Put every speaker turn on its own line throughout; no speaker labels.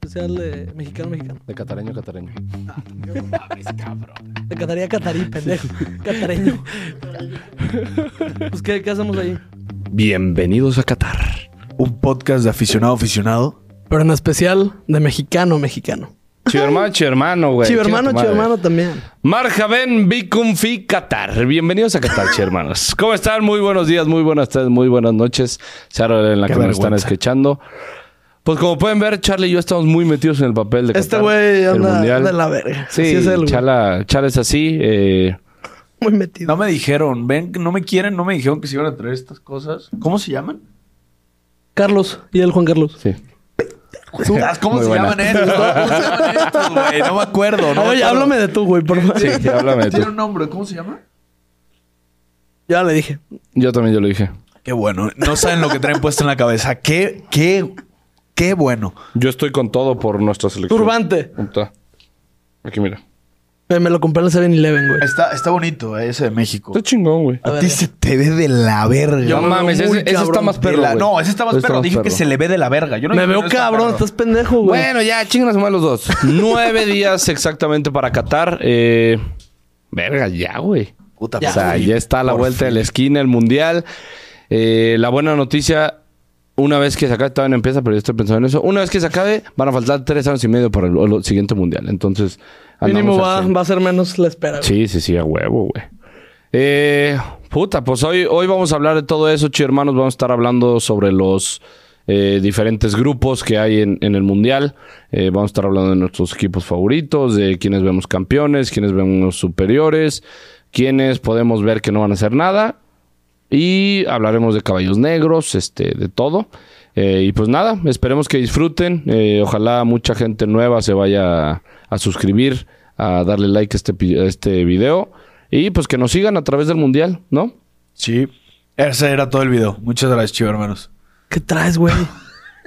especial de mexicano mexicano.
De catareño a catareño.
No mames, cabrón.
De cataría catarí, pendejo. Catareño. pues, ¿qué, qué hacemos ahí?
Bienvenidos a Qatar.
Un podcast de aficionado a aficionado.
Pero en especial de mexicano mexicano.
Chivermano, chivermano, güey.
Chivermano,
Chinga tu madre.
chivermano también.
Marhaben Bikumfi Qatar. Bienvenidos a Qatar, hermanos. ¿Cómo están? Muy buenos días, muy buenas tardes, muy buenas noches. Sara en la
Qué
que nos
vergüenza.
están escuchando. Pues como pueden ver, Charlie y yo estamos muy metidos en el papel de Qatar.
Este güey
del
anda,
Mundial.
de la verga.
Sí,
Así es él, güey.
Chala, Chala es así. eh,
Muy metido.
No me dijeron, ven, no me quieren, no me dijeron que se iban a traer estas cosas. ¿Cómo se llaman?
Carlos y el Juan Carlos.
sí.
¿Cómo
Muy
se
buena.
llaman estos? ¿Cómo se llaman estos, güey? No me acuerdo. No me
Ah, Oye,
acuerdo.
háblame de tú, güey, por favor.
Sí, sí, háblame
Tiene
tú.
un nombre, ¿cómo se llama?
Ya le dije.
Yo también yo lo dije.
Qué bueno. No saben lo que traen puesto en la cabeza. Qué, qué, qué bueno.
Yo estoy con todo por nuestra selección.
Turbante.
Ahí está. Aquí mira.
Eh, me lo compré en el 7-Eleven, güey.
Está, está bonito eh, ese de México.
Está chingón, güey.
A
A
ver,
ti
eh.
se te ve de la verga.
No
me
mames,
veo muy
ese, ese está
cabrón.
más
De
perro.
la-
güey.
no, ese está más perro. Dije que
perro.
se le ve de la verga. Yo no
Me
dije que
veo
no está
cabrón,
perro.
estás pendejo, güey.
Bueno, ya, chingan a su madre los dos. Nueve días exactamente para Qatar. Eh, verga, ya, güey.
Puta,
O sea,
fin,
ya está a la
por
vuelta de
fin.
la esquina, el mundial. Eh, la buena noticia, una vez que se acabe, todavía no empieza, pero yo estoy pensando en eso. Una vez que se acabe, van a faltar tres años y medio para el, el siguiente mundial. Entonces,
Mínimo
andamos
va,
así.
va a ser menos la espera. güey.
Sí, sí, sí, a huevo, güey. Eh, puta, pues hoy, hoy vamos a hablar de todo eso, chi hermanos. Vamos a estar hablando sobre los eh, diferentes grupos que hay en, en el Mundial. Eh, vamos a estar hablando de nuestros equipos favoritos, de quienes vemos campeones, quienes vemos superiores, quienes podemos ver que no van a hacer nada. Y hablaremos de caballos negros, este, de todo. Eh, y pues nada, esperemos que disfruten. Eh, ojalá mucha gente nueva se vaya a, a suscribir, a darle like a este, pi- a este video. Y pues que nos sigan a través del mundial, ¿no?
Sí. Ese era todo el video. Muchas gracias, chivo, hermanos.
¿Qué traes, güey?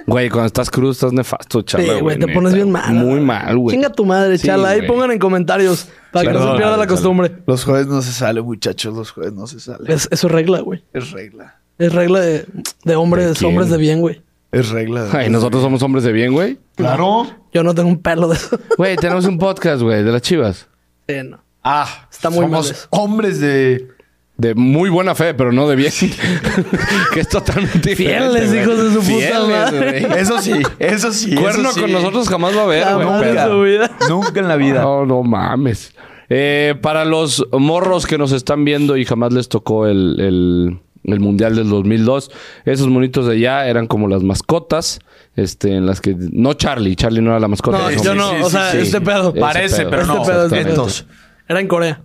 Güey, cuando estás cruz estás nefasto,
Sí,
chala,
güey, te
neta.
pones bien mal.
Muy mal, güey.
Chinga tu madre,
Sí,
chala. Ahí
güey.
pongan en comentarios para que no se
Perdón,
pierda la
Gonzalo.
costumbre.
Los jueves no se sale, muchachos. Los jueves no se sale.
Es, eso es regla, güey.
Es regla.
Es regla de, de
¿De
hombres,
quién?
hombres de bien, güey.
Es regla.
Ay, nosotros somos hombres de bien, güey.
Claro.
Yo no tengo un pelo de eso.
Güey, tenemos un podcast, güey, de las chivas.
Sí, no.
Ah,
Está muy
somos
mal eso.
hombres de.
De muy buena fe, pero no de bien. que es totalmente diferente.
Fieles,
güey.
hijos de su puta
Fieles,
madre.
güey.
Eso sí, eso sí. eso
Cuerno
sí.
con nosotros jamás va a haber, güey.
Jamás.
pero-
Nunca.
su vida.
Nunca en la vida.
No, no mames. Eh, para los morros que nos están viendo y jamás les tocó el, el- el Mundial del 2002, esos monitos de allá eran como las mascotas, este, en las que... No Charlie, Charlie no era la mascota.
No,
de
yo
esos
no,
hombres.
o sea, este pedo.
Ese
Parece,
pedo.
pero
Este pedo
no.
es
Exactamente.
Estos.
Era en Corea.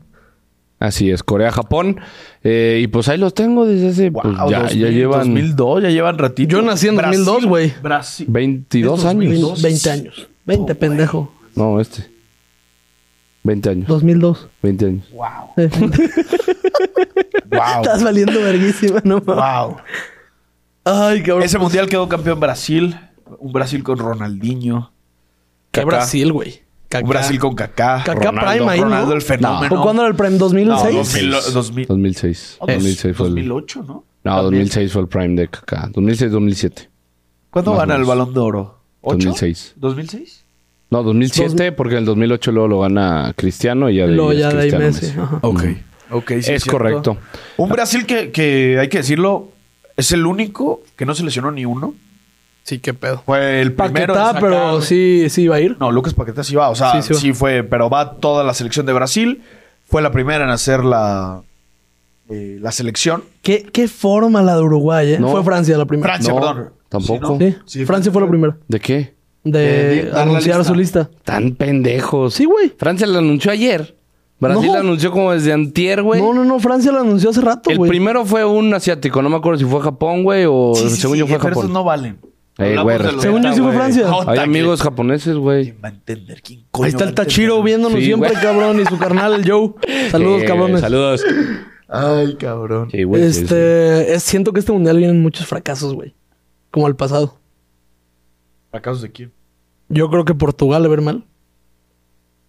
Así es, Corea, Japón. Eh, y pues ahí los tengo desde hace... pues,
Wow,
ya, ya
2000,
llevan
2002, ya llevan ratito.
Yo nací en 2002, güey.
Brasil.
22
Es
años.
2002.
20 años. 20,
Oh,
pendejo.
No, este. 20 años.
2002.
20 años.
Wow.
Sí.
Wow.
Estás valiendo verguísima, no mames.
wow.
Ay, cabrón.
Ese mundial quedó campeón Brasil. Un Brasil con Ronaldinho.
Qué
Kaká.
Brasil, güey. Kaká.
Un Brasil con Kaká.
Kaká
Ronaldo,
Prime ahí, ¿no?
Ronaldo el fenómeno.
¿O cuándo era el Prime?
No,
¿2006?
2000, 2000,
2006. 2006 fue el...
2008, ¿no?
No, 2006 fue el Prime de Kaká. 2006, 2007.
¿Cuándo
Más o
gana el
menos.
Balón de Oro? ¿Ocho?
2006.
¿2006?
No, 2007, porque en el 2008 luego lo gana Cristiano y ya de, ahí
Luego
es
ya de ahí
Cristiano
Messi.
Messi.
ajá.
Ok. Mm. Ok, sí,
Es
cierto.
correcto.
Un Brasil que, que, hay que decirlo, es el único que no se lesionó ni uno.
Sí, qué pedo.
Fue el primero. en
Paquetá,
sacar-
pero sí, sí iba a ir.
No, Lucas Paquetá sí va. O sea,
Sí,
sí,
sí va.
fue, pero va toda la selección de Brasil. Fue la primera en hacer la, eh, la selección.
¿Qué, qué forma la de Uruguay, eh?
No.
Fue Francia la primera.
Francia,
No,
perdón.
tampoco.
Sí,
Sí,
Francia fue la primera
¿De qué?
de
Eh, dar la
anunciar
lista.
su lista.
Tan pendejos.
Sí, güey.
Francia lo anunció ayer. Brasil
No.
lo anunció como desde antier, güey.
No, no, no, Francia la anunció hace rato,
el
güey.
primero fue un asiático. No me acuerdo si fue Japón, güey, o
Sí, sí,
Pues, según
sí,
yo fue
pero
Japón.
esos no valen.
Eh,
Hablamos
güey,
de los
Según yo
Beta,
sí fue
güey.
Francia.
Jota,
Hay
que-
amigos japoneses, güey.
¿Quién va a entender? ¿Quién coño
Ahí está
va
el
a entender?
Tachiro viéndonos
Sí,
siempre,
güey.
cabrón, y su carnal, el Joe. Saludos,
Sí,
cabrones.
Saludos.
Ay, cabrón.
Sí, güey. sí, sí.
este, es- siento que este mundial vienen muchos fracasos, güey. Como el pasado.
¿Acaso de quién?
Yo creo que Portugal le ver mal.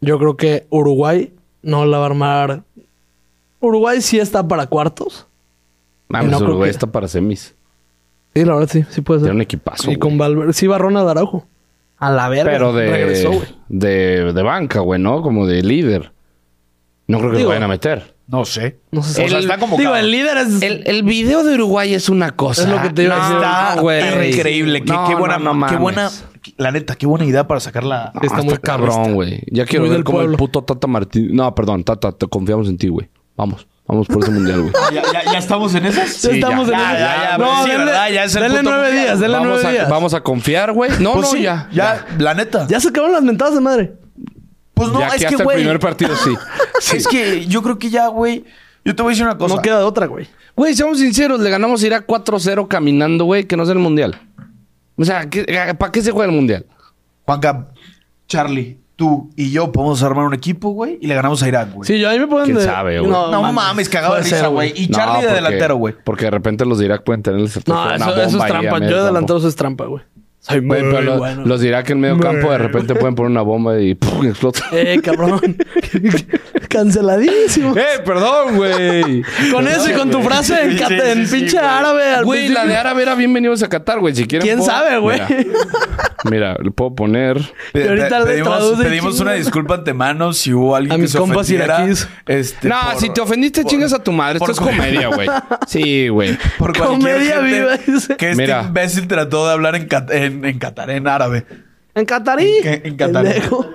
Yo creo que Uruguay no la va a armar. Uruguay sí está para cuartos.
Mames,
No creo
Uruguay
que-
está para semis.
Sí, la verdad sí, sí puede ser.
Tiene un equipazo.
Y
güey.
con Valverde. Sí, Barrona de Araujo. A la verga.
Pero de,
Regresó, güey.
de, de banca, güey, ¿no? Como de líder. No creo que
Digo-
lo vayan a meter.
No sé.
No sé si-
o sea,
El-
está convocado.
Digo, el líder es.
video de Uruguay es una cosa.
Es lo que te iba a decir.
Ah, Está increíble. Qué,
No,
qué buena,
no, no
qué
mames.
buena. La neta, qué buena idea para sacar la.
No,
Está
está
muy
muy cabrón, güey. Ya quiero
Muy
ver
del
cómo
pueblo.
el puto Tata Martín. No, perdón, Tata, te confiamos en ti, güey. Vamos, vamos por ese mundial, güey.
¿Ya, ya- ya estamos en esas.
Ya estamos
ya,
en
ya,
el-
ya, ya,
No,
pues sí,
denle-
¿verdad? Ya es el
denle
puto
nueve
mundial.
días, denle
Vamos
nueve
a,
días.
vamos a confiar, güey. No,
Pues
no,
sí,
ya.
ya, la neta.
Ya se acabaron las mentadas de madre.
pues no,
ya
es
que
que,
hasta el
güey.
primer partido sí. Sí.
Es que yo creo que ya, güey. Yo te voy a decir una cosa.
No queda de otra, güey.
Güey, seamos sinceros, le ganamos ir a 4-0 caminando, güey, que no es el mundial. O sea, ¿para qué se juega el mundial?
Juanca, Charlie, tú y yo podemos armar un equipo, güey, y le ganamos a Irak, güey.
Sí, yo ahí me pueden.
¿Quién
de-
sabe, güey?
No mames, cagado de
Puede
risa,
ser,
güey. Y Charlie de delantero, güey.
Porque de repente los de Irak pueden tener el
No, eso, eso es trampa. Yo de delantero eso es trampa, güey. Soy muy
Güey, pero los,
bueno.
los de Irak en medio
Muy
campo de repente pueden poner una bomba y ¡pum! explota.
Eh, cabrón. Canceladísimo.
¡Eh, perdón, güey!
Con eso y con tu frase en,
Sí,
cat-
sí, sí,
en
sí,
pinche
güey.
árabe. al
Güey,
principio.
la de árabe era bienvenidos a Qatar, güey. Si quieren.
¿Quién
puedo-
sabe, güey?
Mira, mira, le puedo poner.
que ahorita le
pedimos
traduce
pedimos
chingo.
una disculpa antemano si hubo alguien
A
que
mis
se
compas
ofendiera,
iraquíes.
Este,
no,
por-
si te ofendiste,
por-
chingas a tu madre.
por-
Esto es comedia, güey. Sí, güey.
Por cualquier
Comedia
gente
viva, dice.
Que este
Mira.
imbécil trató de hablar en, cat- en, en Qatar, en árabe.
En Catarí.
En- en Catarí.
pendejo.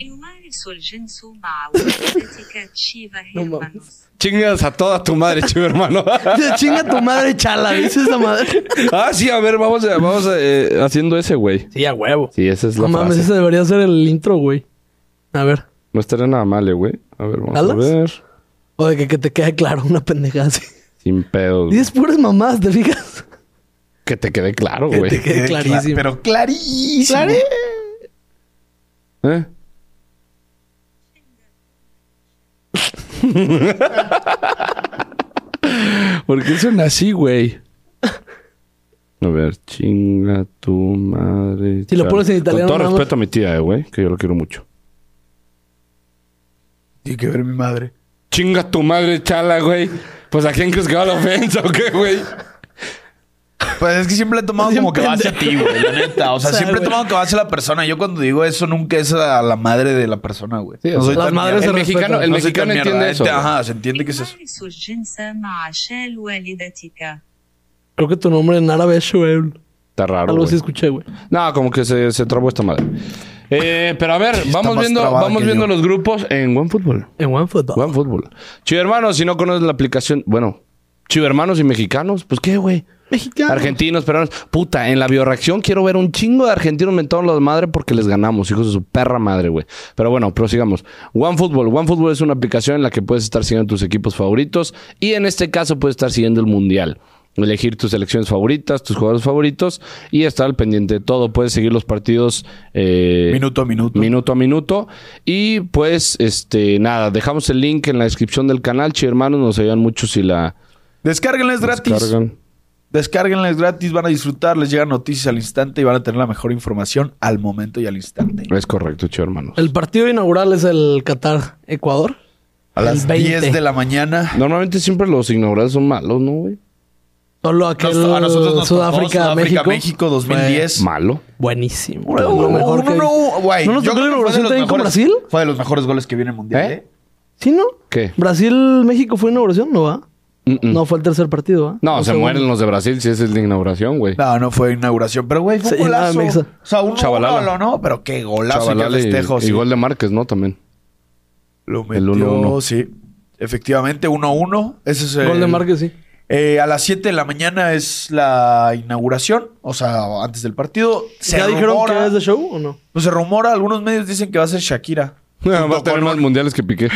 يمارس الجنس مع ولادتك تشيفا هيرمانوس
Chingas a toda tu madre, chivo hermano.
Dice, chinga tu madre, chala. Dice esa madre.
ah, sí, a ver, vamos, eh, vamos eh, haciendo ese, güey.
Sí, a huevo.
Sí, esa es la
No mames,
frase.
ese debería ser el intro, güey. A ver.
No estaría nada mal, eh, güey. A ver, vamos
¿Jalas?
a ver.
O de que, que te quede claro una pendejada así.
Sin pedos.
Dices puras mamadas, ¿te fijas?
Que te quede claro,
Que
güey.
te quede
Eh, cla-
clarísimo.
Pero clarísimo.
¿Eh? ¿Por qué son así, güey? A ver, chinga tu madre.
Si lo
chale.
pones en italiano,
Con todo
nada más.
respeto a mi tía, eh, güey, que yo lo quiero mucho.
Tiene que ver mi madre.
Chinga tu madre, chala, güey. Pues a quién crees que va la ofensa o qué, güey.
Pues es que siempre he tomado
Así
como
un
que va hacia ti,
pendejo.
güey. La neta. O sea,
O sea,
siempre he
güey.
tomado que va hacia la persona. Yo cuando digo eso, nunca es a la madre de la persona, güey.
Sí, o sea,
las
tan
madres
mierda.
El
se
mexicano,
respetan.
el
No soy tan
mexicano
mierda.
entiende eso.
Este,
güey.
Ajá, se entiende que es eso.
يمارس الجنس مع شال والدتك
Creo que tu nombre en árabe es Shuel.
Está raro.
Algo
güey.
así escuché, güey.
No, como que se, se trabó esta madre. Eh, pero a ver, vamos
más
viendo,
trabada
vamos
que
viendo
yo.
los grupos en OneFootball.
En OneFootball.
OneFootball. Chivo hermanos, si no conoces la aplicación, bueno, chivo hermanos y mexicanos, pues qué, güey.
Mexicano.
Argentinos, peruanos. Puta, en la bioreacción quiero ver un chingo de argentinos mentados la madre porque les ganamos, hijos de su perra madre, güey. Pero bueno, prosigamos. OneFootball. OneFootball es una aplicación en la que puedes estar siguiendo tus equipos favoritos y en este caso puedes estar siguiendo el mundial. Elegir tus selecciones favoritas, tus jugadores favoritos y estar al pendiente de todo. Puedes seguir los partidos. eh,
Minuto a minuto.
Minuto a minuto. Y pues, este, nada, dejamos el link en la descripción del canal. Chi hermanos, nos ayudan mucho si la
Descárguenla, es gratis.
descargan.
Descárguenla, es gratis. Van a disfrutar, les llegan noticias al instante y van a tener la mejor información al momento y al instante.
Es correcto, chi hermanos.
El partido inaugural es el Qatar-Ecuador.
A
El
las
20.
10 de la mañana.
Normalmente siempre los ignorados son malos, ¿no, güey?
Solo aquel
Nos- a nosotros nos tocó
Sudáfrica-México.
México 2010.
Malo.
Buenísimo.
Uno,
Lo
uno,
mejor que...
uno, güey.
¿No nos
Yo
tocó la
creo que
inauguración
fue de los
también con
mejores-
Brasil?
Fue de los mejores goles que viene en Mundial,
¿Eh?
¿eh?
¿Sí, no?
¿Qué?
Brasil-México fue inauguración, ¿no va?
Mm.
Mm-mm.
No, fue el tercer partido, ¿va?
No,
O
se
segundo.
mueren los de Brasil si es el de inauguración, güey.
No, no fue inauguración, pero güey, fue
Se
un
llenaba
golazo.
de mexa.
O sea, un
Chabalala.
golo, ¿no? Pero qué golazo
Chabalala
y qué festejo.
y,
sí.
y gol de Márquez, ¿no? También.
Lo
El
metió,
1-1.
sí. Efectivamente, 1-1. Ese es el...
Gol de Márquez, sí.
Eh, a las 7 de la mañana es la inauguración, o sea, antes del partido. Se
¿Ya dijeron
rumora,
que es de show o no?
pues, se rumora, algunos medios dicen que va a ser Shakira.
Va a
junto,
tener
con
más
un,
mundiales que Piqué.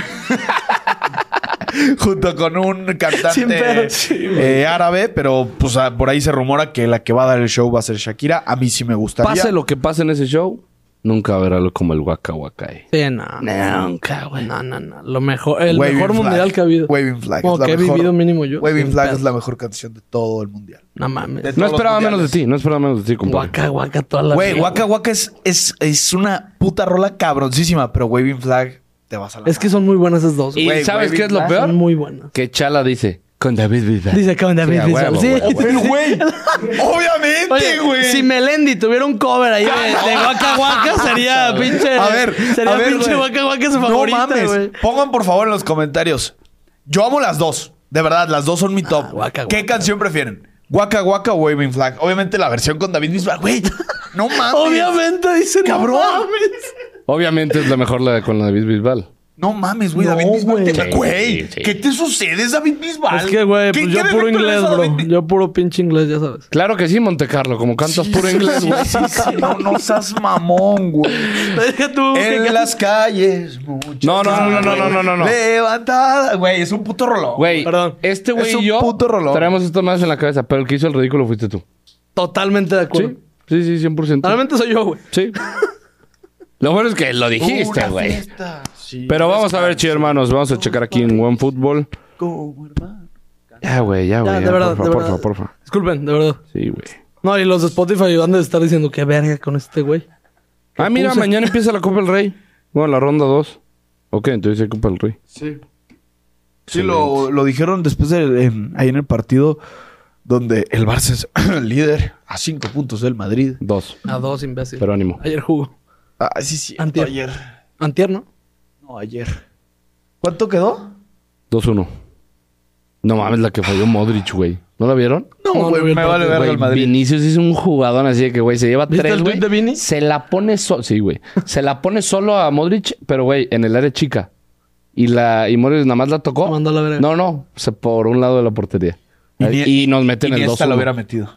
junto con un
Sin
cantante
pedo, sí,
eh, árabe, pero pues ah, por ahí se rumora que la que va a dar el show va a ser Shakira. A mí sí me gustaría.
Pase lo que pase en ese show, nunca verá algo como el Waka Waka. eh.
Sí, no. Nunca, güey. No, no, no. Lo mejor, el
Waving
mejor
Flag.
mundial que ha habido.
Waving Flag.
Bueno,
es la
que he
mejor-
vivido mínimo yo.
Waving
Sin
Flag
pedo.
es la mejor canción de todo el mundial.
No mames.
De-
No
Todos los
esperaba menos de
mundiales.
ti, no esperaba menos de ti, compadre.
Guaca, guaca toda la
Güey,
vida.
Waka Waka es, es, es una puta rola cabroncísima, pero Waving Flag te vas a la.
Es que son muy buenas esas dos.
Y
güey.
Güey,
¿sabes
güey,
qué es lo
¿verdad?
peor?
Son muy buenas.
Que Chala dice, Con David Bisbal.
Dice que David
a
Bisbal.
huevo,
Sí.
huevo, huevo.
El güey. Obviamente,
Oye,
güey.
si Melendi tuviera un cover ahí de, de Waka Waka, sería pinche.
A ver,
sería
a ver,
pinche
güey.
Waka Waka su favorita,
No mames.
güey.
Pongan por favor en los comentarios. Yo amo las dos. De verdad, las dos son mi top.
Ah, Waka
¿Qué
Waka.
canción prefieren? Waka Waka o Waving Flag. Obviamente la versión con David Bisbal. Güey, no mames.
Obviamente dice no
Cabrón.
mames.
Obviamente es la mejor la de- con la de David Bisbal.
No mames, güey. David
No,
Bisbal.
güey.
te-
Sí,
Güey,
sí.
¿qué te sucede? Es David Bisbal.
Es que, güey,
¿Qué-
pues
qué
yo puro
defecto le
inglés,
ves a David
bro.
Bi-
Yo puro pinche inglés, ya sabes.
Claro que sí, Monte Carlo, como cantas puro inglés, güey.
Sí, sí, no, no seas mamón, güey.
Deja tú, que
En
can-
las calles, muchas
No, no, no, no, no, no, no, no, no.
Levantada. Güey, es un puto rolón.
Güey,
Perdón.
este güey
Es un
y yo
puto rolón.
traemos esto más en la cabeza, pero el que hizo el ridículo fuiste tú.
Totalmente de acuerdo.
Sí, sí, sí, 100%.
Realmente soy yo, güey.
Sí. Lo bueno es que lo dijiste,
Una
güey.
fiesta. Sí,
Pero vamos a ver,
descanso.
chido hermanos, vamos a checar aquí en OneFootball.
Como hermano.
Ya, güey, ya, güey.
Ya,
ya,
de verdad,
porfa,
de
porfa,
verdad.
porfa.
Disculpen, de verdad.
Sí, güey.
No, y los de Spotify van a estar diciendo que verga con este güey.
Ah, mira,
puse?
mañana empieza la Copa del Rey. Bueno, la ronda 2. Ok, entonces hay Copa del Rey.
Sí. Sí, lo, lo dijeron después de en- ahí en el partido donde el Barça es líder a cinco puntos del Madrid.
Dos.
A dos, imbécil.
Pero ánimo.
Ayer jugó.
Ah, sí, sí.
Antier.
Ayer.
Antier, ¿no?
No, ayer. ¿Cuánto quedó?
2-1. No mames, la que falló Modric, güey. ¿No la vieron?
No, güey,
me
me
vale
vale
verga
Güey,
el Madrid.
Vinicius es un jugador así de que, güey, se lleva
¿Viste
tres,
el
güey.
tuit de Vini?
Se la pone solo. Sí, güey. Se la pone solo a Modric, pero, güey, en el área chica. Y la y Modric nada más la tocó.
La mandó a la verga.
No, no. Se por un lado de la portería.
Y
Y,
ni-
nos meten el 2-1.
Iniesta lo hubiera metido.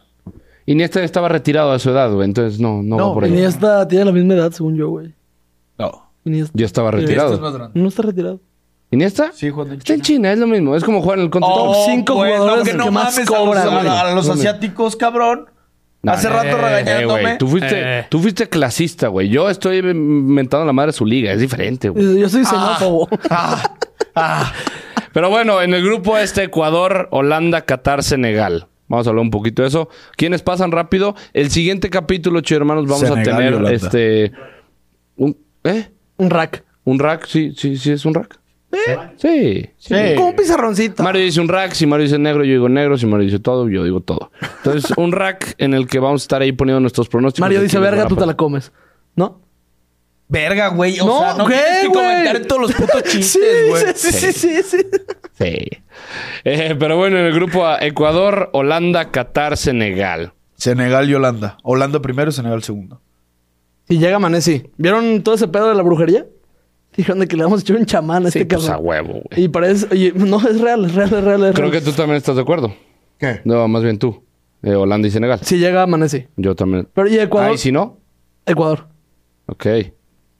Iniesta estaba retirado a su edad, güey. Entonces, no, no,
No,
va por ahí.
Iniesta tiene la misma edad, según yo, güey.
No.
Iniesta.
Ya estaba retirado.
más grande.
No está retirado.
¿Iniesta?
Sí, jugando en
Está en China, es lo mismo. Es como jugar en el Contra.
Oh,
Top.
cinco jugadores que más
mames,
cobran,
A los,
güey.
a- a los
No,
asiáticos, cabrón.
No,
Hace
eh,
rato
eh,
regañándome.
güey, tú, fuiste, tú fuiste clasista, güey. Yo estoy mentando la madre de su liga. Es diferente, güey.
Yo soy xenófobo.
Ah, ah.
Pero bueno, en el grupo este, Ecuador, Holanda, Qatar, Senegal. Vamos a hablar un poquito de eso. ¿Quiénes pasan rápido? El siguiente capítulo, chido hermanos, vamos
Senegal
a
y
tener
Holanda.
este. Un, ¿Eh?
Un rack.
¿Un rack? Sí, sí, sí, es un rack. Sí. sí.
¿Eh? Sí.
Como un pizarroncito.
Mario dice un rack, si Mario dice negro, yo digo negro, si Mario dice todo, yo digo todo. Entonces, un rack en el que vamos a estar ahí poniendo nuestros pronósticos.
Mario
de
dice,
quién les
verga,
va
tú
a
te
pasar".
la comes. ¿No?
Verga, güey. O
No,
sea, no
¿qué,
tienes que
güey?
comentar en todos los putos chistes, güey.
sí, sí, sí, sí.
Sí. Eh, pero bueno, en el grupo A, Ecuador, Holanda, Qatar, Senegal.
Senegal y Holanda. Holanda primero, Senegal segundo.
Y llega Manesi. ¿Vieron todo ese pedo de la brujería? Dijeron de que le vamos a echar un chamán a
Sí,
este
pues,
cabrón.
a huevo, güey.
Y parece... Oye, no, es real, es real, es real, es real.
Creo que tú también estás de acuerdo.
¿Qué?
No, más bien tú. Eh, Holanda y Senegal.
Sí llega Manesi.
Yo también.
Pero ¿y Ecuador?
Ah, ¿y si no?
Ecuador.
Ok.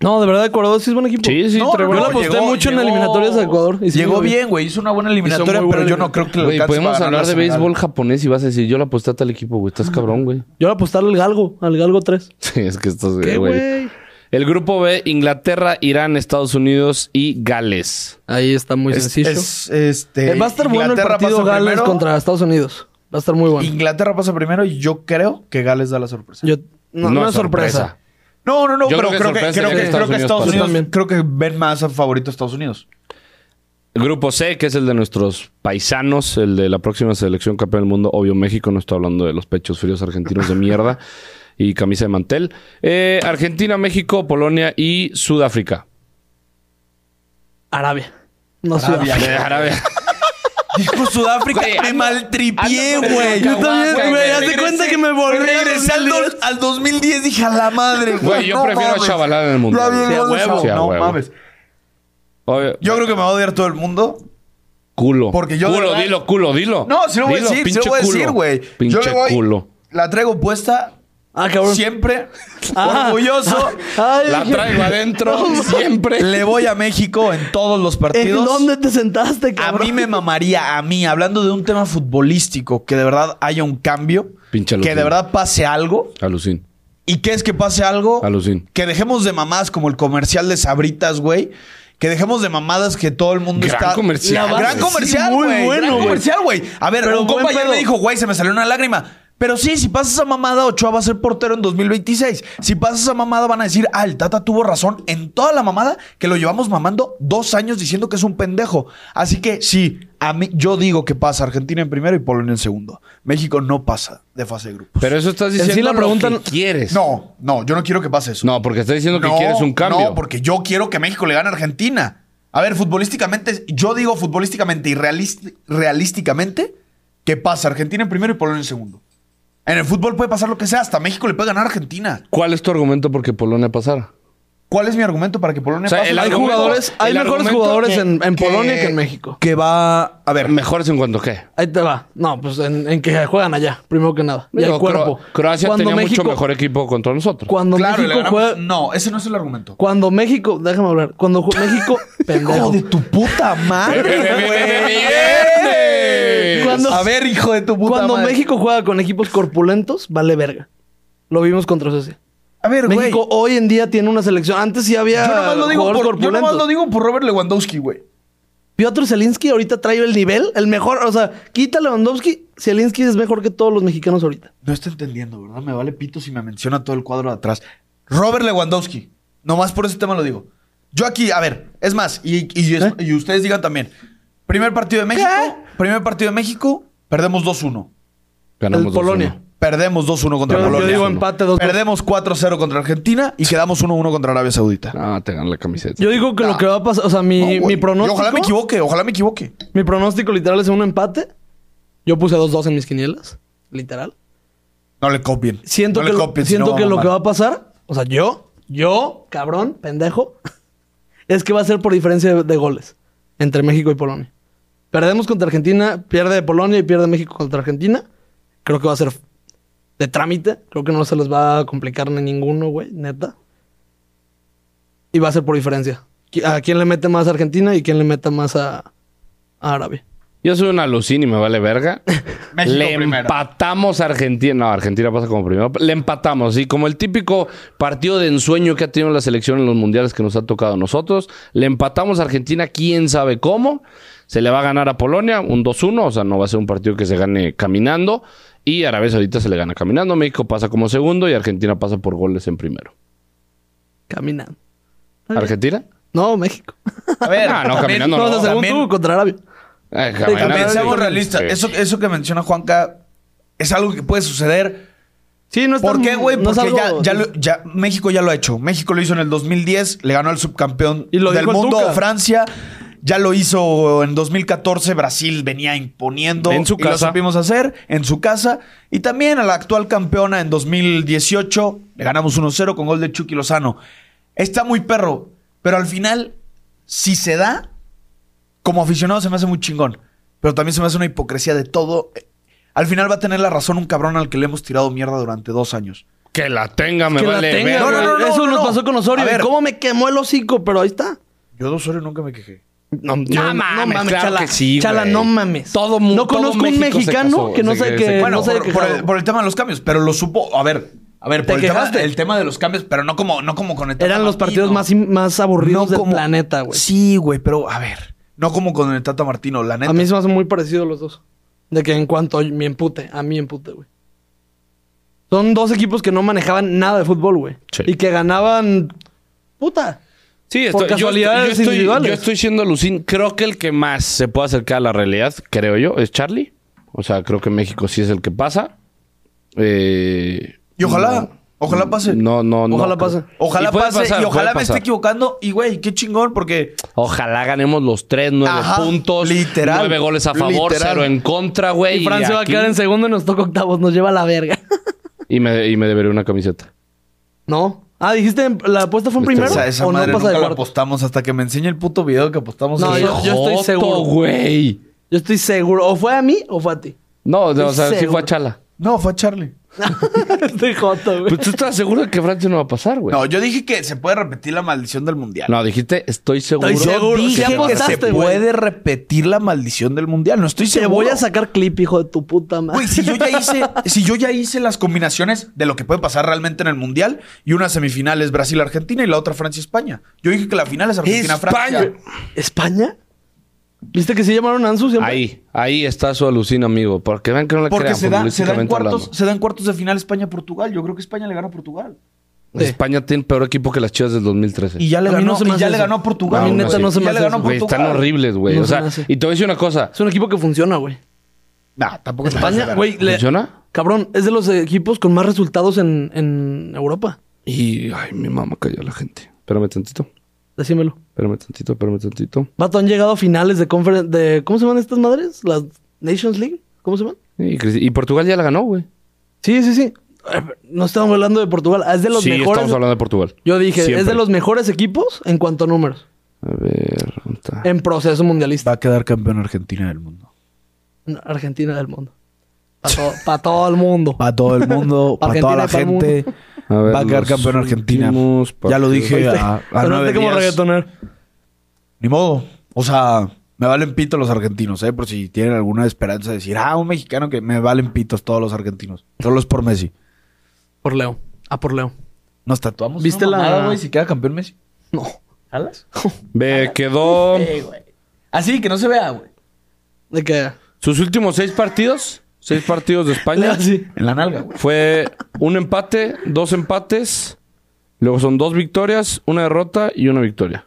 No, de verdad, Ecuador sí es buen equipo.
Sí, sí,
No,
trae
no,
buena-
Yo le aposté
llegó-
mucho en
llegó-
eliminatorias a Ecuador. y sí
Llegó
me voy.
bien, güey. Hizo una buena eliminatoria,
Hizo muy
pero
buena
yo no creo que le
Güey,
alcance
podemos
para
hablar de
ganar Senegal.
béisbol japonés y vas a decir, yo la aposté a tal equipo, güey.
Ah.
Estás cabrón, güey.
Yo le aposté al Galgo, al Galgo 3.
Sí, es que estás...
¿Qué,
güey.
güey?
El grupo B, Inglaterra, Irán, Estados Unidos y Gales.
Ahí está muy
Es-
sencillo.
es- este,
Eh, Va a estar bueno el
Inglaterra
partido
pasa
Gales
primero.
contra Estados Unidos. Va a estar muy bueno.
Inglaterra pasa primero y yo creo que Gales da la sorpresa.
Yo, no, no es sorpresa.
No, no, no,
Yo
pero
creo que
creo que,
sorpresa
creo
sería
que,
que
creo que Estados
Estados
Unidos
Unidos,
pase.
creo que ven más a favorito a Estados Unidos.
El grupo C, que es el de nuestros paisanos, el de la próxima selección campeón del mundo. Obvio, México, no estoy hablando de los pechos fríos argentinos de mierda y camisa de mantel. Eh, Argentina, México, Polonia y Sudáfrica.
Arabia. No
Arabia.
Sudáfrica.
Eh, Arabia.
Dijo Sudáfrica,
Güey,
me
ando-
maltripié,
ando-
güey.
Yo también,
Güey,
güey. Haz
hace
de
Regresé-
cuenta que me volví a
Regresé al,
dormir.
dos- al 2010, dije a la madre, güey.
Güey, yo
no
prefiero
mames.
a Chabalala en el mundo.
Lo- lo-
Sí, a
lo- lo-
huevo. Sí, a
no
huevo.
mames.
Obvio.
Yo creo que me va a odiar todo el mundo.
Culo.
Porque yo de
Culo,
verdad-
dilo, culo, dilo.
No, si lo voy a
Dilo,
decir, si lo
pinche
voy a
culo.
decir, güey. Yo
Pinche
le voy.
culo.
La traigo puesta
Ah, cabrón.
siempre,
Ah.
orgulloso.
Ay,
La
dije,
traigo adentro siempre.
Le voy a México en todos los
¿En
partidos.
dónde te sentaste,
A
cabrón?
mí me mamaría, a mí, hablando de un tema futbolístico, que de verdad haya un cambio,
Pinche
que de
alucin.
verdad pase algo.
Alucín.
¿Y qué es que pase algo?
Alucín.
Que dejemos de mamadas como el comercial de Sabritas, güey. Que dejemos de mamadas que todo el mundo
Gran
está.
comercial,
La-
güey.
Gran
Sí,
comercial,
muy
güey.
bueno,
gran
güey.
comercial, güey. A ver,
Pero
un
buen
compañero
pedo.
me dijo, güey, se me salió una lágrima. Pero sí, si pasa esa mamada, Ochoa va a ser portero en 2026. Si pasa esa mamada, van a decir, ah, el Tata tuvo razón en toda la mamada que lo llevamos mamando dos años diciendo que es un pendejo. Así que sí, a mí, yo digo que pasa Argentina en primero y Polonia en segundo. México no pasa de fase de grupos.
Pero eso estás
En sí
diciendo
la pregunta
lo
no-
que quieres.
No, no, yo no quiero que pase eso.
No, porque estás diciendo que quieres un cambio.
No, porque yo quiero que México le gane a Argentina. A ver, futbolísticamente, yo digo futbolísticamente y realis- realísticamente que pasa Argentina en primero y Polonia en segundo. En el fútbol puede pasar lo que sea, hasta México le puede ganar a Argentina.
¿Cuál es tu argumento porque Polonia pasara?
¿Cuál es mi argumento para que Polonia
O sea,
pase?
el
Hay
argumento-
jugadores, hay
el
mejores
argumento
jugadores
que-
en, en Polonia que en México.
Que va. A ver,
Mejores en cuanto qué.
Ahí te va. No, pues en, en que juegan allá, primero que nada. Y
Digo,
el cuerpo.
Cro- Croacia
Cuando
tenía
México-
mucho mejor equipo contra nosotros.
Cuando
claro, le
México
ganamos-
juega.
No, ese no es el argumento.
Cuando México. Déjame hablar. Cuando ju- México.
Hijo
pendejo.
de tu puta madre.
¡Viernes!
güey.
Cuando-
a ver, hijo de tu puta
Cuando
madre.
México juega con equipos corpulentos, vale verga. Lo vimos contra Suecia.
A ver, güey.
México hoy en día tiene una selección. Antes sí había.
Yo nomás, lo digo
jugadores
por, yo nomás
corpulentos.
lo digo por Robert Lewandowski, güey.
Piotr Zelinski ahorita trae el nivel, el mejor. O sea, quita Lewandowski. Zelinski es mejor que todos los mexicanos ahorita.
No está entendiendo, ¿verdad? Me vale pito si me menciona todo el cuadro de atrás. Robert Lewandowski. Nomás por ese tema lo digo. Yo aquí, a ver, es más, y, y- y-
¿Eh?
y ustedes digan también. Primer partido de México. Primer partido de México, perdemos 2-1.
El Polonia.
Perdemos 2-1 contra
Yo- yo
Polonia.
digo empate 2-2.
Perdemos 4-0 contra Argentina y quedamos 1-1 contra Arabia Saudita.
Ah, te gané la camiseta.
Yo digo que
Nah.
lo que va a pasar, o sea,
No,
mi,
güey.
mi
Yo
pronóstico.
ojalá me equivoque, ojalá me equivoque.
Mi pronóstico literal es un empate. Yo puse 2-2 en mis quinielas. Literal.
No le copien.
Siento
No
que,
le
lo-
copien, si
siento
no
que lo
a
que va
mamar.
a pasar, o sea, yo, yo, cabrón, pendejo, es que va a ser por diferencia de, de goles entre México y Polonia. Perdemos contra Argentina, pierde Polonia y pierde México contra Argentina. Creo que va a ser de trámite. Creo que no se les va a complicar ni ninguno, güey, neta. Y va a ser por diferencia. Qui- ¿A quién le mete más a Argentina y quién le meta más a, a Arabia?
Yo soy una alucín y me vale verga.
México
Le
primero.
empatamos a Argentina. No, Argentina pasa como primero. Le empatamos. Y como el típico partido de ensueño que ha tenido la selección en los mundiales que nos ha tocado a nosotros, le empatamos a Argentina, quién sabe cómo. Se le va a ganar a Polonia, un 2-1. O sea, no va a ser un partido que se gane caminando. Y a Arabia Saudita se le gana caminando. México pasa como segundo y Argentina pasa por goles en primero.
Caminando.
¿Argentina?
No, México.
A ver,
Ah, no,
también-
caminando
No,
no,
o sea, según
también-
tú, contra Arabia.
Eh,
También
caminando.
También seamos realistas.
Sí.
Eso, eso que menciona Juanca es algo que puede suceder.
Sí, no es
¿Por
tan-
qué, güey?
no es
Porque ya,
algo-
ya lo- ya- México ya lo ha hecho. México lo hizo en el 2010, le ganó al subcampeón
Y lo
del
dijo el
mundo,
Tuca.
Francia. Ya lo hizo en 2014, Brasil venía imponiendo.
En su
Y lo
casa.
supimos hacer en su casa. Y también a la actual campeona en 2018, le ganamos 1-0 con gol de Chucky Lozano. Está muy perro, pero al final, si se da, como aficionado se me hace muy chingón, pero también se me hace una hipocresía de todo. Al final va a tener la razón un cabrón al que le hemos tirado mierda durante dos años.
Que la tenga, me
que
vale
la tenga,
verga.
güey.
No, no, no,
Eso
no,
nos
no.
pasó con Osorio.
A ver.
¿Cómo me quemó el hocico? Pero ahí está.
Yo de Osorio nunca me quejé.
No,
yo- no mames, claro
chala,
que sí,
chala,
güey.
no mames.
Todo mu-
no
todo
conozco un
México se
mexicano
casó,
que no
se-
sé
se
que
casó.
bueno, Eh,
Bueno,
no se haya
por, por el,
quejado.
por el tema de los cambios, pero lo supo. A ver, a ver,
Te
por el tema,
quejaste.
el tema de los cambios, pero no como, no como con el Tata
Eran los
Martino.
partidos más, im- más aburridos
No
del
como-
planeta, güey.
Sí, güey, pero a ver, no como con el Tata Martino, la neta.
A mí se me hacen muy parecidos los dos. De que en cuanto a mi empute, a mi empute, güey. Son dos equipos que no manejaban nada de fútbol, güey.
Sí.
Y que ganaban. Puta.
Sí,
Por
estoy- yo,
casualidades
yo estoy,
individuales.
yo estoy siendo Lucín. Creo que el que más se puede acercar a la realidad, creo yo, es Charlie. O sea, creo que México sí es el que pasa. Eh, Mm,
y ojalá,
Mm,
ojalá pase.
No, no, no.
Ojalá
creo-
pase.
Ojalá
Y puede
pase
pasar,
y
puede
ojalá me
pasar.
esté equivocando. Y güey, qué chingón, porque
Ojalá ganemos los tres, nueve
Ajá,
puntos.
literal,
Nueve goles a favor,
literal.
cero en contra, güey.
Y Francia va a
aquí-
quedar en segundo y nos toca octavos. Nos lleva a la verga.
y me, y me debería una camiseta.
no. Ah, dijiste, la apuesta fue en
Este,
primero.
esa, esa
o no
madre
pasa de
nunca la
cuarto?
apostamos hasta que me enseñe el puto video que apostamos.
No,
en-
yo- yo estoy
Joto,
seguro.
güey!
Yo estoy seguro. O fue a mí o fue a ti.
No, no, o sea, sí
seguro.
fue a Chala.
No, fue a Charlie.
estoy joto, güey.
Pero tú estás seguro de que Francia no va a pasar,
Pues-
güey.
No, yo dije que se puede repetir la maldición del mundial.
No, dijiste, estoy seguro.
Estoy seguro.
Yo dije
Sí
que se
apostaste, güey.
puede repetir la maldición del mundial. No estoy
Te
seguro.
voy a sacar clip, hijo de tu puta madre.
Güey, si yo ya hice, si yo ya hice las combinaciones de lo que puede pasar realmente en el mundial y una semifinal es Brasil Argentina y la otra Francia España. Yo dije que la final es Argentina Francia.
¿España? ¿Viste que se llamaron Ansu siempre?
Ahí, ahí está su alucina, amigo. Porque vean que no le
Porque
crean
se da, se, da en
futbolísticamente
cuartos,
hablando.
se da en cuartos de final España-Portugal. Yo creo que España le ganó a Portugal.
Sí.
España tiene peor equipo que las chivas del 2013.
Y ya le
A mí
ganó,
no se me
y ya
hace
le
eso.
ganó a Portugal.
A mí
Aún
neta
así.
no
se me
Ya
hace
le ganó a
eso,
Güey,
Portugal.
están horribles, güey.
No
o
se
sea,
me hace.
y te voy a decir una cosa.
Es un equipo que funciona, güey.
Nah, tampoco se
España,
puede
güey. le-
¿Funciona?
Cabrón, es de los equipos con más resultados en, en Europa.
Y, ay, mi mamá cayó a la gente. Espérame tantito,
Decímelo.
espérame tantito, espérame tantito.
Vato, han llegado a finales de conferencia. De, ¿Cómo se llaman estas madres? ¿Las Nations League? ¿Cómo se llaman?
Y, Cristi- y Portugal ya la ganó, güey.
Sí, sí, sí. Eh, No estamos hablando de Portugal. Es de los
Sí,
mejores.
estamos hablando de Portugal.
Yo dije, es
Siempre.
de los mejores equipos en cuanto a números.
A ver, ¿dónde está?
En proceso mundialista.
Va a quedar campeón Argentina del mundo.
Argentina del mundo. Para todo el mundo.
Para todo el mundo,
Pa'
para toda la
Argentina y pa'l
gente.
A ver,
va a quedar
los
campeón Argentina.
últimos
Ya lo
partidos.
dije
¿Viste?
a, a
Sonaste
nueve
como
días.
reggaetonero.
Ni modo. O sea, me valen pito los argentinos, ¿eh? Por si tienen alguna esperanza de decir, ah, un mexicano que me valen pitos todos los argentinos. Solo es por Messi.
Por Leo. Ah, por Leo.
Nos tatuamos.
¿Viste
una
la-
mamada, güey, si queda campeón Messi?
No.
¿Jalas?
Ve, quedó
Así, que no se vea, güey.
De que.
sus últimos seis partidos. Seis partidos de
Leo
España.
así.
En la nalga, güey.
Fue un empate, dos empates. Luego son dos victorias, una derrota y una victoria.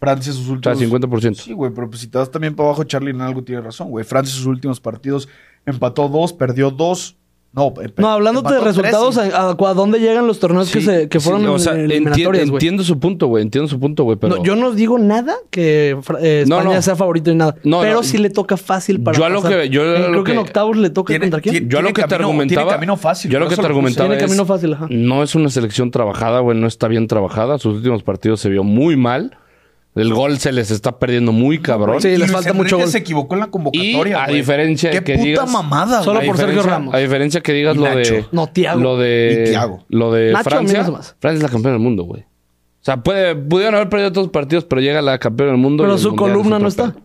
Francia sus
O sea,
últimos.
50%.
Sí, güey, pero pues si te vas también para abajo, Charlie en algo tiene razón, güey. Francia sus últimos partidos empató dos, perdió dos. No, eh,
No, hablándote de
empató
resultados,
trece.
a, a- a dónde llegan los torneos que,
Sí,
se, que
sí,
fueron
o sea,
en- en
enti-
eliminatorias, güey.
entiendo su punto, güey. Entiendo su punto, güey. Pero
No, yo no digo nada que Fra- eh,
No,
España
no.
sea favorito y nada.
No,
pero
no.
sí le toca fácil para.
Yo a lo
pasar.
que- yo a
Eh,
lo
Creo que en
que-
octavos le toca
Tiene-
contra quién.
Yo a lo
Tiene
que te
camino-
argumentaba.
tiene camino fácil,
Yo a lo
por
que te
eso lo puse.
argumentaba.
Tiene
es,
camino fácil, ajá.
No es una selección trabajada, güey. No está bien trabajada. Sus últimos partidos se vio muy mal. El gol se les está perdiendo muy cabrón.
Sí,
Y
les
Luis
falta
Enrique
mucho gol.
se equivocó en la
Y
convocatoria,
a
güey.
diferencia
Qué
que
puta
digas-
mamá,
Solo
A
por
diferencia-
Sergio Ramos.
A diferencia que digas
Y
lo de.
Nacho.
No, Thiago.
Lo de.
Y Thiago.
Lo de
Nacho, a mí
Francia.
no se me hace.
Francia es la campeona del mundo, güey. O sea, puede, pudieron haber perdido todos los partidos, pero llega la campeona del mundo. y
Pero
el
su
mundial es
columna
otro
no está.
pedo.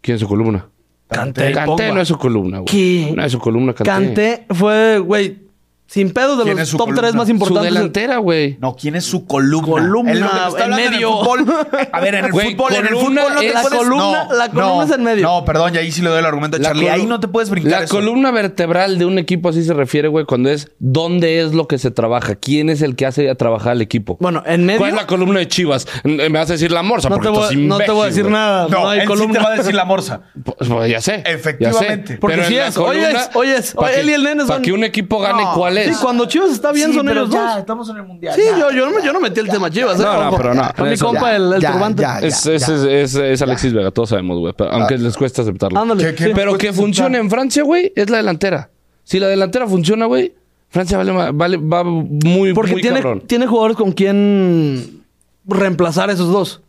¿Quién es su columna?
Canté.
Canté no es su columna, güey.
¿Qué?
No es su columna, Canté.
Canté fue, güey, sin pedo de
¿Quién
los
es su
top
columna?
3 más
Su
Su
importantes.
delantera, güey.
No, ¿quién es su columna?
Columna,
Es lo que te está
en
hablando
medio.
el fútbol. A ver, en el
Güey,
fútbol, en el
columna
fútbol no te
es-
la
puedes-
columna-
No,
la columna
no,
es en medio.
No, perdón, y ahí sí le doy el argumento a
La
Charlie.
colu-
Ahí no te puedes brincar
La
eso.
columna vertebral de un equipo así se refiere, güey, cuando es dónde es lo que se trabaja, quién es el que hace a trabajar al equipo.
Bueno, en medio.
¿Cuál es la columna de Chivas? N- Me vas a decir la morsa,
No
porque
te, voy,
estás imbécil,
no te voy a decir
güey.
nada. No,
No,
hay
él sí
columna.
te va a decir la morsa.
Pues, pues, ya sé.
Efectivamente.
ya sé.
Porque
Pero en
sí
la
es, oye,
columna,
es, oye, es,
pa'
él
que-
y el nene
pa'
son-
que un equipo gane,
No,
¿cuál
Sí,
es?
cuando Chivas está bien
Sí,
son
pero
ellos
ya,
dos.
estamos en el mundial.
Sí,
ya.
yo, yo, no, yo no metí el tema Chivas. ¿eh?
No, no,
Ojo.
pero no.
Fue
En
mi
eso
compa,
ya,
el, el
ya,
turbante.
ya.
Es, es- es- es- es Alexis Vega, todos sabemos, güey. pero- Aunque les cuesta aceptarlo.
Ah. Ándale.
¿Qué- qué?
sí.
Pero
Pues,
que
sí,
funcione
claro.
en Francia, güey, es la delantera. Si la delantera funciona, güey, Francia vale, ma- vale- va muy,
Porque
muy
tiene,
cabrón.
tiene jugadores con quien reemplazar a esos dos.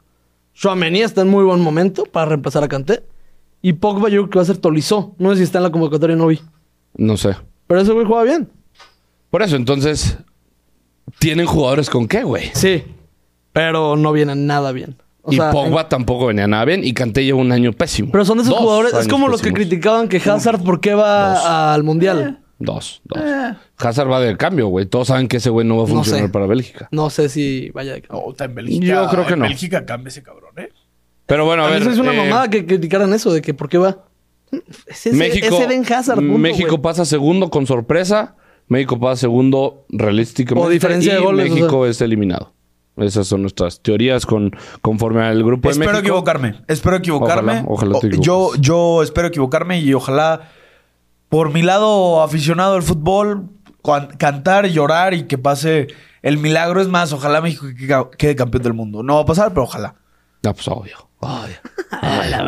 Chouameni está en muy buen momento para reemplazar a Kanté. Y Pogba yo creo que va a ser Tolizó. No sé si está en la convocatoria, no vi.
No sé.
Pero ese güey juega bien.
Por eso, entonces, ¿tienen jugadores con qué, güey?
Sí. Pero no viene nada bien. O
y
sea,
Pogba
en-
tampoco venía nada bien y Kanté lleva un año pésimo.
Pero son de esos
Dos
jugadores. Es
años
como los que
pésimos.
criticaban que Hazard, ¿por qué va
Dos.
al mundial?
Eh. Dos, dos. Hazard va de cambio, güey. Todos saben que ese güey no va a
Eh. No
funcionar
sé.
para Bélgica.
No sé si vaya de
No, está en Bélgica.
Yo creo que
en
no.
Bélgica cambia ese cabrón, ¿eh?
Pero bueno, a, ver.
Eso es una
eh,
mamada que criticaran eso, de que por qué va. Es ese,
México,
es Eden Hazard, punto,
México
güey.
pasa segundo con sorpresa. México pasa segundo realísticamente.
O diferencia
y
de goles, o
México es eliminado. Esas son nuestras teorías con, conforme al grupo de
espero
México.
equivocarme. Espero equivocarme.
Ojalá, ojalá te
O- yo,
equivoques.
yo espero equivocarme y ojalá, por mi lado aficionado al fútbol, cuan- cantar, llorar y que pase el milagro. Es más, ojalá México que ca- quede campeón del mundo. No va a pasar, pero ojalá.
Ah, pues obvio. Obvio.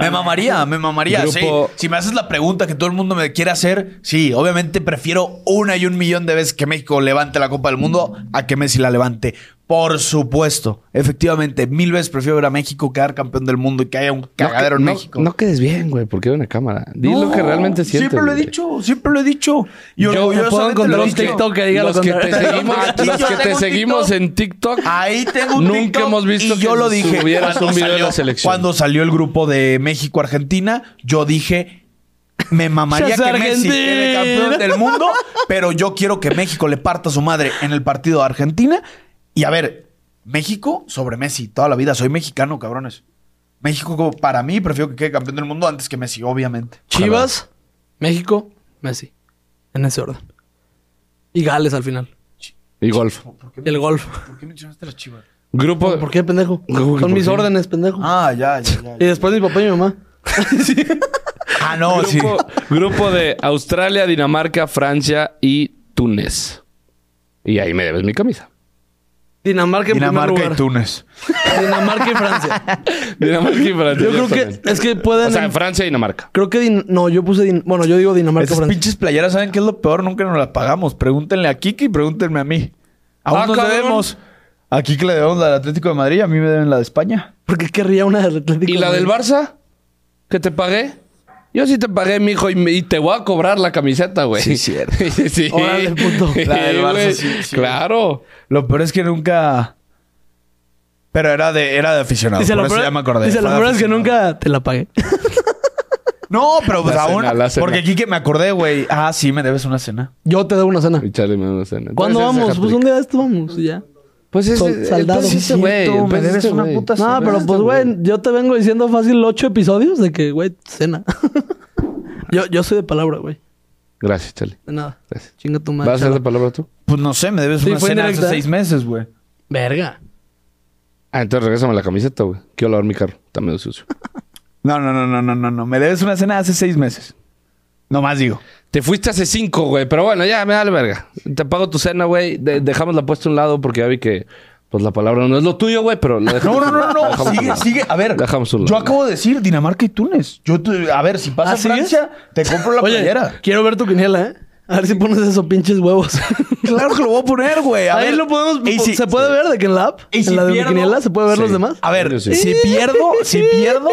Me mamaría, me mamaría.
Grupo-
Sí. Si me haces la pregunta que todo el mundo me quiere hacer, sí, obviamente prefiero una y un millón de veces que México levante la Copa del Mundo a que Messi la levante. Por supuesto, efectivamente, mil veces prefiero ver a México quedar campeón del mundo y que haya un cagadero en
no,
México.
No quedes bien, güey, porque era una cámara. Di lo que
No,
realmente sientes.
Siempre lo he
güey.
dicho, siempre lo he dicho. Y
Yo
orgullosamente
puedo encontrar
lo he
un
dicho.
TikTok que diga lo
los que te
contrario.
seguimos, los
Aquí yo
que te
tengo un
seguimos
TikTok.
en TikTok.
Ahí tengo un
Nunca
TikTok
hemos visto
y yo
que
lo dije
subieras
Cuando
un video de
salió-
la selección.
Cuando salió el grupo de México Argentina, yo dije me mamaría
Seas
que Messi
argentino.
quede campeón del mundo, pero yo quiero que México le parta a su madre en el partido de Argentina y a ver, México sobre Messi toda la vida, soy mexicano, cabrones. México, como para mí, prefiero que quede campeón del mundo antes que Messi, obviamente.
Chivas, México, Messi. En ese orden. Y Gales al final.
Y golf.
¿Por
Y el golf.
¿Por qué mencionaste las chivas?
Grupo.
¿Por qué, pendejo?
Uy, ¿por
Son mis
qué?
órdenes, pendejo.
Ah, ya, ya, ya.
Y después mi papá y mi mamá.
Ah, no, sí.
grupo, grupo de Australia, Dinamarca, Francia y Túnez. Y ahí me debes mi camisa.
Dinamarca en
Dinamarca
primer
y
lugar.
Túnez.
Dinamarca y Francia.
Dinamarca y Francia.
Yo creo
exactamente.
que es que pueden.
O sea, Francia y Dinamarca.
creo que Din- no, yo puse Din- bueno, yo digo Dinamarca
Esas
Francia.
pinches playeras, ¿saben qué es lo peor? Nunca nos las pagamos. Pregúntenle a Kiki y pregúntenme a mí. Aún
Ah,
nos
cabrón.
debemos. A Kiki le debemos la del Atlético de Madrid, a mí me deben la de España.
Porque querría una del Atlético.
¿Y la
de
del
Madrid?
Barça? ¿Que te pagué? Yo sí te pagué, mijo, y, me- y te voy a cobrar la camiseta, güey.
Sí, cierto.
sí.
Órale, puto.
Sí,
La del Barça,
güey.
sí, sí.
Claro.
Lo peor es que nunca. Pero era de, era de aficionado.
Dice,
por
lo
eso
peor,
ya me acordé.
dice, lo
Fue de
peor es que
aficionado.
nunca te la pagué.
No, pero pues
La
aún.
cena, la cena.
Porque Kike me acordé, güey. Ah, sí, me debes una cena.
Yo te doy una cena.
Y chale, me da una cena.
¿Cuándo
Entonces,
vamos?
ese
Pues un
hat-trick.
día de esto vamos y ya.
Pues ese-
Sol-
entonces
saldado.
ese güey.
Cierto, me
entonces
debes
ese
una
güey.
puta
No,
cena.
pero pues, güey, yo te vengo diciendo fácil ocho episodios de que, güey, cena. yo, yo soy de palabra, güey.
Gracias, chale.
De nada.
Gracias.
Chinga tu madre.
¿Vas a hacer
chala.
la palabra tú?
Pues no sé, me debes
Sí,
una
fue
cena hace
indirecta. ¿eh?
seis meses, güey.
Verga.
Ah, entonces regrésame la camiseta, güey. Quiero lavar mi carro. Está medio sucio.
No, no, no, no, no, no, no. Me debes una cena hace seis meses. Nomás digo.
Te fuiste hace cinco, güey. Pero bueno, ya me da la verga. Te pago tu cena, güey. De- dejamos la puesta a un lado porque ya vi que pues la palabra no es lo tuyo, güey, pero la
No,
dejamos.
no, no,
la
no.
dejamos a un
sigue,
lado.
sigue. A ver.
La dejamos a un
Yo
lado.
acabo de decir Dinamarca y Túnez. Yo, te- a ver, si pasa
¿Ah, sigues?
Francia, te compro la
Oye,
playera.
quiero ver tu quiniela, ¿eh? A ver si pones esos pinches huevos.
Claro que lo voy a poner, güey. A
Ahí
ver.
lo podemos.
Y si-
¿Se puede ver de que en la app?
¿Y si
¿En la de mi
pierdo? Ah,
quiniela? ¿Se puede ver
Sí.
los demás?
A ver,
Yo sí.
si pierdo, si pierdo,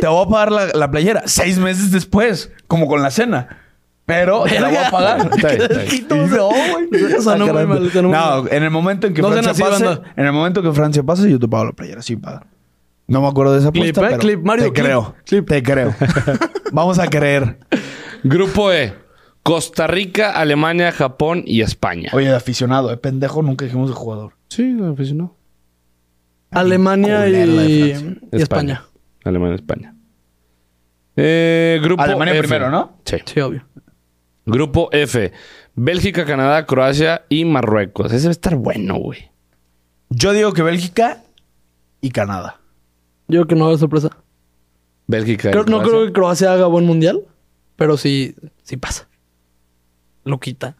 te voy a pagar la, la playera seis meses después, como con la cena. Pero te la voy a pagar.
Está bien, está bien.
Y no, güey. Ah,
O sea, no, muy mal, o sea, no, muy
No,
mal.
en el momento en que
No sean
Francia
así,
pase,
banda.
en el momento que Francia pase, yo te pago la playera, sí, paga. No me acuerdo de esa
Clip,
apuesta,
¿eh?
pero
Clip, Mario,
te
clip,
creo,
clip.
te creo. Vamos a creer.
Grupo E. Costa Rica, Alemania, Japón y España.
Oye, de aficionado, de pendejo, nunca dijimos de jugador.
Sí, pues, aficionado.
Alemania
Culera la de
y,
Francia.
y España.
Alemania, España. Eh, grupo
Alemania
F.
primero, ¿no?
Sí.
Sí, obvio.
Grupo F. Bélgica, Canadá, Croacia y Marruecos. Ese va a estar bueno, güey.
Yo digo que Bélgica y Canadá.
Yo creo que no va a haber sorpresa.
Bélgica. y
Creo- no
Croacia.
creo que Croacia haga buen mundial, pero sí, sí pasa. Lo quita.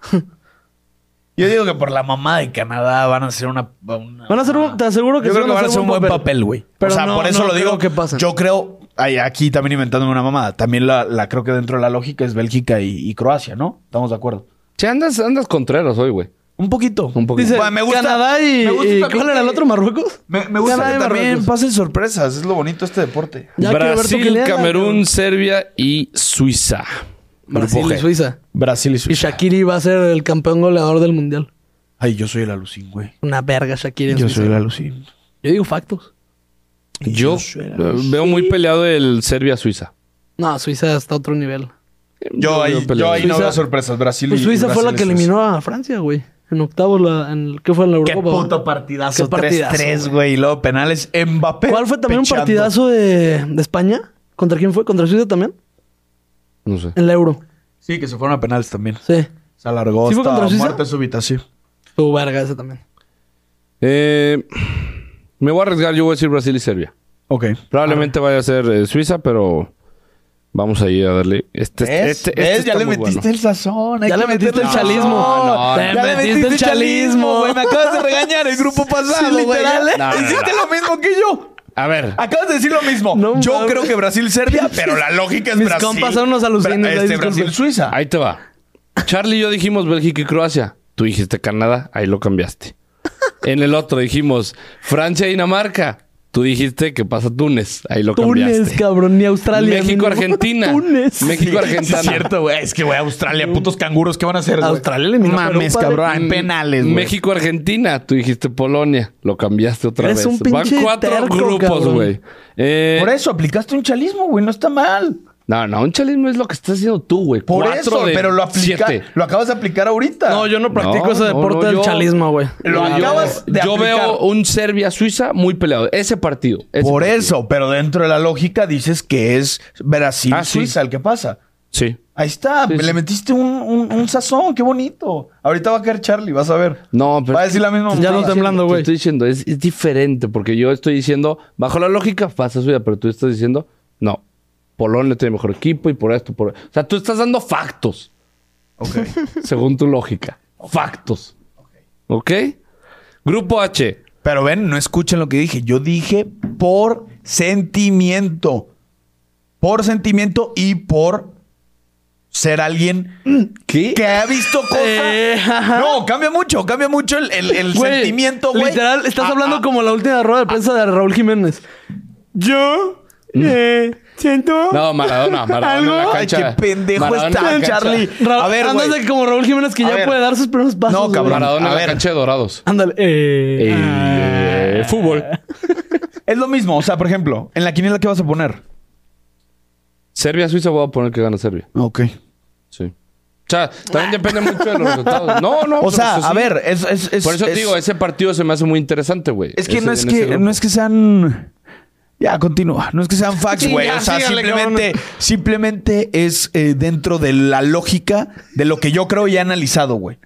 Yo digo que por la mamá de Canadá van a hacer una. una-
Van a hacer un- te aseguro que
yo
sí
creo que van a hacer un buen papel, güey. O
Pero
sea,
no-
por eso
no
lo digo.
creo que pasen.
Yo creo, ay, aquí también inventándome una mamada. También la, la creo que dentro de la lógica es Bélgica y, y Croacia, ¿no? Estamos de acuerdo.
Che, andas, andas contreras hoy, güey.
Un poquito.
Un poquito.
Dice,
Bueno, me gusta-
Canadá y,
me gusta
y-
también
¿Cuál era el
que-
otro? ¿Marruecos?
Me, me gusta
Canadá
que
y
también
Marruecos.
pasen sorpresas. Es lo bonito de este deporte.
Ya quiero ver tu
Brasil,
quiniela,
Camerún,
cabrón.
Serbia y Suiza.
Brasil
Grupo
y
G.
Suiza.
Brasil y
Y
Suiza.
Shakiri va a ser el campeón goleador del mundial.
Ay, yo soy el alucín, güey.
Una verga, Shakiri. en
Yo
Suiza.
soy el alucín.
Yo digo factos.
Yo eh, veo muy peleado el Serbia-Suiza.
No, Suiza está a otro nivel.
veo
Yo ahí,
peleado.
yo ahí no
Suiza-
veo sorpresas. Brasil
Pues
y
Suiza fue
Brasil
la
y
que
Suiza.
eliminó a Francia, güey. En octavos, la, en, ¿qué fue en la
Qué
Eurocopa?
puto
güey?
partidazo.
Qué partidazo,
3-3, güey. Y luego penales. Mbappé.
¿Cuál fue también un
pechando.
partidazo de, de España? ¿Contra quién fue? ¿Contra Suiza también?
No sé.
En la Euro.
Sí, que se fueron a penales también.
Sí.
Se alargó
¿Sí fue
hasta
contra Suiza?
muerte súbita, sí.
Tu verga ese también.
Eh, me voy a arriesgar, yo voy a decir Brasil y Serbia.
Ok.
Probablemente vaya a ser eh, Suiza, pero vamos ahí a darle. Este, este, este, este
¿Ves?
está
ya le
muy
metiste
bueno.
el sazón. hay
Ya
que
le metiste
meterle
el chalismo.
sazón.
No,
Te
no,
ya le metiste el chalismo, güey. Me acabas de regañar el grupo pasado,
Sí,
güey.
literal,
Ya-
¿eh?
No, no,
Hiciste lo mismo que yo.
A ver,
Acabas de decir lo mismo.
No
yo
mames.
creo que Brasil-Serbia, pero la lógica es
Mis
Brasil.
compas son unos alucinos,
Bra-
ahí,
Este
disculpen.
Brasil-Suiza.
ahí te va. Charlie y yo dijimos Bélgica y Croacia. Tú dijiste Canadá, ahí lo cambiaste. En el otro dijimos Francia y Dinamarca. Tú dijiste que pasa Túnez, ahí lo
Túnez,
cambiaste.
cabrón, ni Australia.
México,
mínimo.
Argentina.
Túnez.
México, Argentina.
Es cierto, güey. Es que, güey, Australia, putos canguros, ¿qué van a hacer? güey?
Australia eliminó a Perú,
Mames,
padre.
cabrón. En penales, güey.
México, Argentina. Tú dijiste Polonia. Lo cambiaste otra
Eres
vez.
un pinche
Van cuatro
terco,
grupos,
cabrón.
güey. Eh,
Por eso aplicaste un chalismo, güey. No está mal.
No, no, un chalismo es lo que estás haciendo tú, güey.
Por
Cuatro
eso,
de
pero lo aplica,
siete.
lo acabas de aplicar ahorita.
No, yo no practico
No,
ese
no,
deporte
no,
del
yo-
chalismo, güey.
Lo
Yo-
acabas de
Yo
aplicar.
veo un Serbia-Suiza muy peleado. Ese partido. ese
Por
partido.
eso, pero dentro de la lógica dices que es Brasil
Ah, sí.
Suiza el que pasa.
Sí.
Ahí está,
Sí,
le
sí.
metiste un, un- un sazón, qué bonito. Ahorita va a caer Charlie, vas a ver.
No, pero.
Va a decir la misma
Ya
mamada.
no
Estoy
temblando,
diciendo-
güey.
te estoy diciendo, es, es diferente, porque yo estoy diciendo, bajo la lógica, pasa Suiza, pero tú estás diciendo, no, Polonia tiene mejor equipo y por esto, por. O sea, tú estás dando factos,
Ok.
según tu lógica. Factos. ¿Ok? Grupo H.
Pero ven, no escuchen lo que dije. Yo dije por sentimiento. Por sentimiento y por ser alguien
¿Qué?
que ha visto
Eh,
cosas.
ajá.
No, cambia mucho, cambia mucho el, el- el
Güey,
Ah, sentimiento, güey.
Literal, estás
Ah,
hablando
ah,
como la última rueda de prensa de Raúl Jiménez. Yo eh, siento.
No, Maradona, Maradona en la
¿Algo?
cancha.
Ay, qué pendejo
Maradona en la
está,
cancha.
Charlie.
Ra-
A ver,
andas
güey.
de como Raúl Jiménez que
A
ya
ver.
puede dar sus primeros pasos. güey.
cabrón.
Maradona
A
en la
ver.
cancha de Dorados.
Ándale. eh,
Eh,
ah.
fútbol.
Es lo mismo, o sea, por ejemplo, en la quiniela que vas a poner.
Serbia, Suiza, voy a poner que gana Serbia.
Ok.
Sí. O sea, también depende mucho de los resultados. No, no.
O
pero
sea,
eso pues,
a
sí.
ver, es, es- es-
Por eso
es-
te digo, ese partido se me hace muy interesante, güey.
Es que
Ese-
no es
en ese
que
grupo.
no es que sean ya continúa, no es que sean facts,
Sí,
güey,
ya,
o sea,
síganle,
simplemente simplemente es eh, dentro de la lógica de lo que yo creo y he analizado, güey.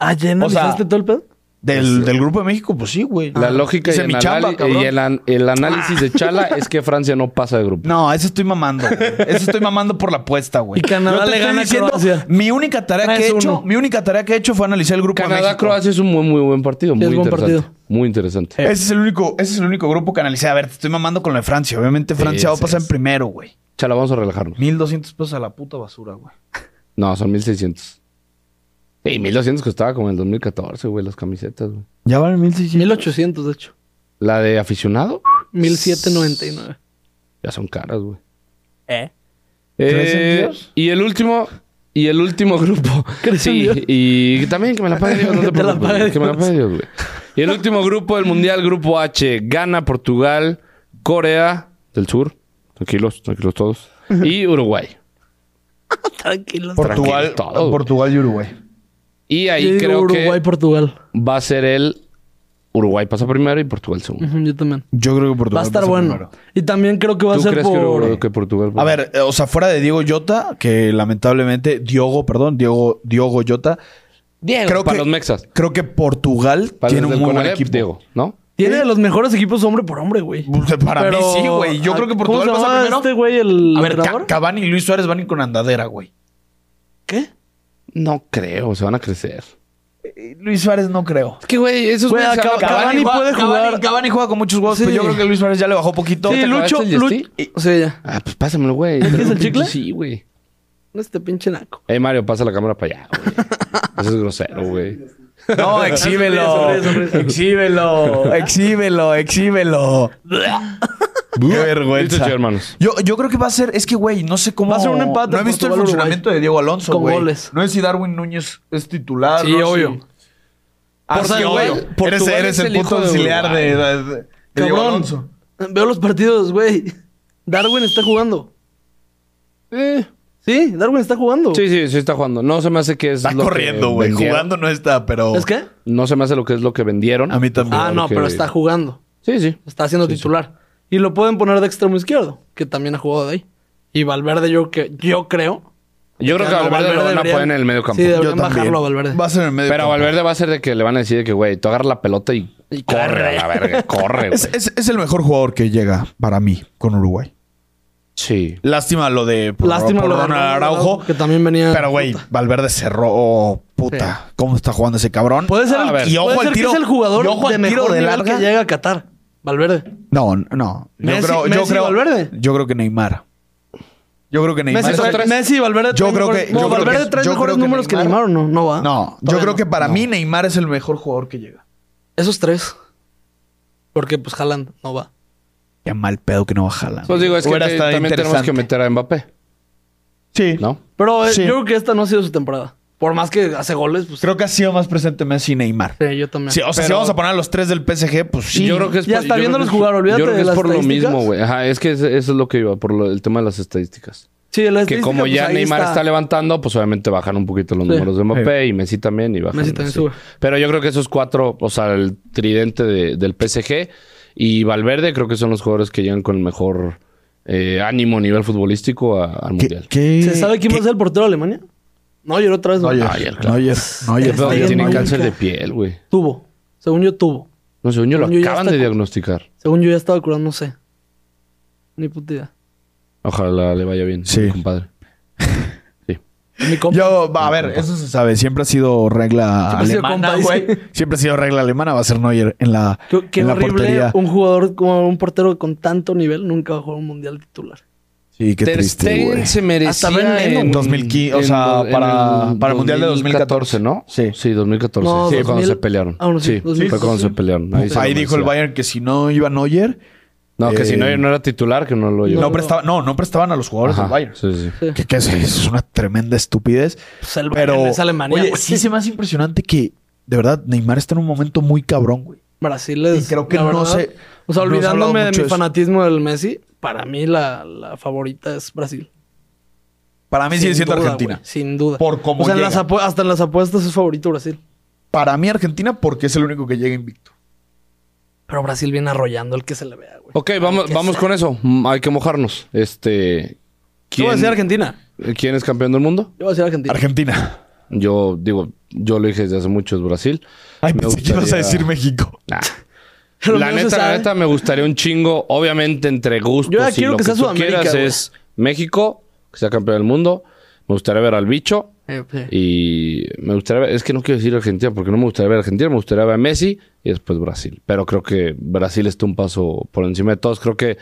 Ah, ¿ya analizaste todo el pedo?
Del, del grupo de México, pues sí, güey.
Ah.
La lógica y,
Hice
el,
mi
anali-
chamba, cabrón.
y el an- el análisis de Chala es que Francia no pasa de grupo.
No, eso estoy mamando. güey. Eso estoy mamando por la apuesta, güey.
Y Canadá
Yo te
le
estoy
gana a
diciendo,
Croacia.
Mi única tarea que he hecho,
3-1.
mi única tarea que he hecho fue analizar el grupo de México.
Canadá-Croacia es un muy, muy buen partido.
Sí,
muy
es buen
interesante.
partido.
Muy interesante.
Ese es el único, ese es el único grupo que analicé. A ver, te estoy mamando con lo de Francia. Obviamente Francia va a
sí
pasar
es.
en primero, güey.
Chala, vamos a relajarnos.
1200 pesos a la puta basura, güey.
No, son 1600. Y 1200 costaba como en el 2014, güey, las camisetas, güey.
Ya valen 1600.
1800, de hecho.
La de aficionado
1799.
ya son caras, güey.
¿Eh?
¿Crees en
Eh,
Dios?
y el último, y el último grupo.
¿Crees en
Sí,
Dios?
y también que me la pague Dios, no te
Te la
preocupes,
pague
que me la
Dios.
pague Dios, güey. Y el último grupo del Mundial, grupo H, Ghana, Portugal, Corea del Sur, tranquilos, tranquilos todos, y Uruguay.
Tranquilo.
Portugal,
Tranquilos todos, güey.
Portugal y Uruguay.
Y ahí
Yo digo
creo
Uruguay, Portugal.
que va a ser el Uruguay pasa primero y Portugal segundo.
Ujú, Yo también.
Yo creo que Portugal
Va a estar
pasa
bueno.
primero.
Y también creo que va a
¿Tú
ser
crees que,
por.
Uruguay- que Portugal?
A ver, eh, o sea, fuera de Diego Yota, que lamentablemente Diogo, perdón, Diogo Diogo Yota,
Diego,
creo
para
que-
los mexas.
creo que Portugal
Para
tiene
los
un
del
muy buen
Conalep,
equipo.
Diego, ¿no?
Tiene de los mejores equipos hombre por hombre, güey.
Pues, Para mí
Pero-
sí, güey. Yo
ah,
creo que
¿cómo
Portugal
se
pasa
llama
primero.
este güey, el
A ver, Ca-
entrenador?
Cavani y Luis Suárez van a ir con andadera, güey.
¿Qué?
No creo, se van a crecer.
Eh, Luis Suárez no creo.
Es que, güey, esos
Güey,
güeyes se van a
acaba-
acabar.
Cavani puede jugar.
Cavani, Cavani juega con muchos huevos,
Sí.
pero yo creo que Luis Suárez ya le bajó poquito.
Sí,
te
Lucho.
acabaste el
Lucho.
Yesti?
Sí, ya.
Ah, pues pásamelo, güey.
¿Quieres el
Pinche-
chicle?
Sí, güey.
No este pinche naco.
Ey, Mario, pasa la cámara para allá, güey. Eso es grosero, güey.
No, exhíbelo.
Sonríe, sonríe, sonríe.
exhíbelo. Exhíbelo, exhíbelo. Qué
Listo,
vergüenza.
che, hermanos.
Yo, yo creo que va a ser, es que güey, no sé cómo.
Va a ser un empate
No he visto el
Portugal-Uruguay.
funcionamiento de Diego Alonso,
eh, Con
güey.
goles.
No es si Darwin Núñez es titular.
Sí,
no
obvio.
Ah,
Portugal-
sí, obvio.
Portugal
Eres,
es
eres el,
el hijo
punto
de
auxiliar de, de- de Diego
Cabrón.
Alonso.
Veo los partidos, güey. Darwin está jugando.
Eh,
Sí, Darwin está jugando.
Sí, sí, sí está jugando. No se me hace que es
Está
lo que
corriendo, güey.
vendieron.
Jugando no está, pero.
¿Es qué?
No se me hace lo que es lo que vendieron.
A mí también.
Ah, no,
que-
pero está jugando.
Sí, sí.
Está haciendo titular. Y lo pueden poner de extremo izquierdo, que también ha jugado de ahí. Y Valverde, yo, que, yo creo.
Yo creo que a
no,
Valverde lo van a
debería-
poner en el medio campo.
Sí,
Yo
deberían
también.
bajarlo a Valverde.
Va a ser en el medio.
Pero a
campo.
Valverde va a ser de que le van a decir de que, güey, tú agarras la pelota y, corre, a la verga, corre, güey.
Es, es- es el mejor jugador que llega para mí con Uruguay.
Sí.
Lástima lo de por-
Lástima
por
lo de
Ronald
Ronald
Araujo.
que también venía-
Pero, güey, Valverde cerró. oh, puta, ¿cómo está jugando ese cabrón?
Puede ser,
A
el,
ver.
Y ojo
puede
al
ser
tiro-
que es el jugador
y ojo al
de
tiro
mejor
de
nivel
larga.
que llega a Qatar. Valverde.
No, no.
Messi-
yo creo, yo
Messi,
creo-
Valverde.
Yo creo que Neymar. Yo creo que Neymar.
Messi,
es
trae-
el-
Messi y Valverde
Yo
traen
creo
mejores-
que-
No,
yo creo
Valverde
que-
trae
yo
mejores
creo que
números que
Neymar-
Neymar, ¿o no? No va.
No, yo
Todavía
creo
no.
que para mí Neymar es el mejor jugador que llega.
Esos tres. Porque pues Haaland no va.
Qué mal pedo que no bajala.
Pues digo, es que te- también tenemos que meter a Mbappé,
Sí.
¿no?
Pero eh,
Sí.
yo creo que esta no ha sido su temporada. Por más que hace goles, pues
Creo que ha sido más presente Messi y Neymar.
sí, yo también.
Sí, o sea, si
Pero-
vamos a poner a los tres del PSG, pues sí.
Yo creo que es
Ya
por-
está
yo creo
viéndolos
que es-
jugar, olvídate
Yo creo que
de
es
las
por lo
estadísticas.
mismo, güey. Ajá, es que es- eso es lo que iba, por lo- el tema de las estadísticas.
Sí, la
Que
estadística,
como
pues,
ya
ahí
Neymar está. levantando, pues obviamente bajan un poquito los
Sí.
números de Mbappé y Messi también y bajan.
Messi también
así.
sube.
Pero yo creo que esos cuatro, o sea, el tridente de- del PSG y Valverde creo que son los jugadores que llegan con el mejor eh, ánimo a nivel futbolístico a- al Mundial.
¿Se sabe quién va a ser el portero de Alemania? No, yo otra vez. no.
Neuer. Neuer, claro.
Ah, Neuer, Neuer,
Pero
Neuer,
tiene
Neuer.
cáncer de piel, güey.
Tuvo. Según yo, tuvo.
No, según yo lo
Según yo ya
acaban
está
de
cu-
diagnosticar.
Según yo, ya estaba curado, no sé. Ni puta idea.
Ojalá le vaya bien,
Sí.
sí. compadre. Sí.
Mi compa.
Yo, va, a ver, eso se sabe. Siempre ha sido regla
Siempre ha sido
alemana,
compa,
güey.
dice.
Siempre ha sido regla alemana. Va a ser Neuer en la,
Qué, qué
en la
horrible
portería.
un jugador como un portero con tanto nivel nunca va a jugar un mundial titular.
Sí, qué
Ter
triste,
Stegen
güey.
se merecía
Hasta Ben Leno, 2015, o sea,
do-
para- para el Mundial de 2014,
¿no?
Sí.
Sí, 2014.
No,
fue
2000.
cuando se pelearon.
Ah, bueno, sí,
sí,
2000.
fue cuando se pelearon. Ahí, se
Ahí
lo
dijo el
merecía.
Bayern que si no iba Neuer,
No, que
Eh,
si no, no era titular, que no lo
no,
llevó.
prestaba- no, no prestaban a los jugadores del Bayern.
Sí, sí.
Sí.
Que, que es, es una tremenda estupidez.
Pues el
Pero.
Bayern es Alemania,
oye,
güey.
sí se me hace impresionante que, de verdad, Neymar está en un momento muy cabrón, güey.
Brasil es.
Y creo que
la
no
verdad,
sé-
O sea,
no se ha hablado
olvidándome de
mucho
mi
de eso.
fanatismo del Messi, para mí la, la favorita es Brasil.
Para mí sigue
Sin
siendo
duda,
Argentina.
güey, sin duda.
Por cómo
o sea, en
llega.
las apu- hasta en las apuestas es favorito Brasil.
Para mí, Argentina, porque es el único que llega invicto.
Pero Brasil viene arrollando el que se le vea, güey.
Ok, vamos, vamos con eso. Mm, Hay que mojarnos. Este.
Yo voy a
¿quién,
decir Argentina.
¿Quién es campeón del mundo?
Yo voy a decir Argentina.
Argentina.
Yo digo, yo lo dije desde hace mucho, es Brasil.
Ay,
Me
pensé que ibas a
gustaría-
decir México.
Nah.
Lo
La
mío se
neta, la
sabe.
neta, me gustaría un chingo. Obviamente, entre gustos
Yo ya
y
quiero
lo
que
que,
sea
tú
Sudamérica,
quieras
güey.
es México, que sea campeón del mundo. Me gustaría ver al bicho.
Eh, sí.
Y me gustaría ver, es que no quiero decir Argentina porque no me gustaría ver Argentina, me gustaría ver a Messi y después Brasil. Pero creo que Brasil está un paso por encima de todos. Creo que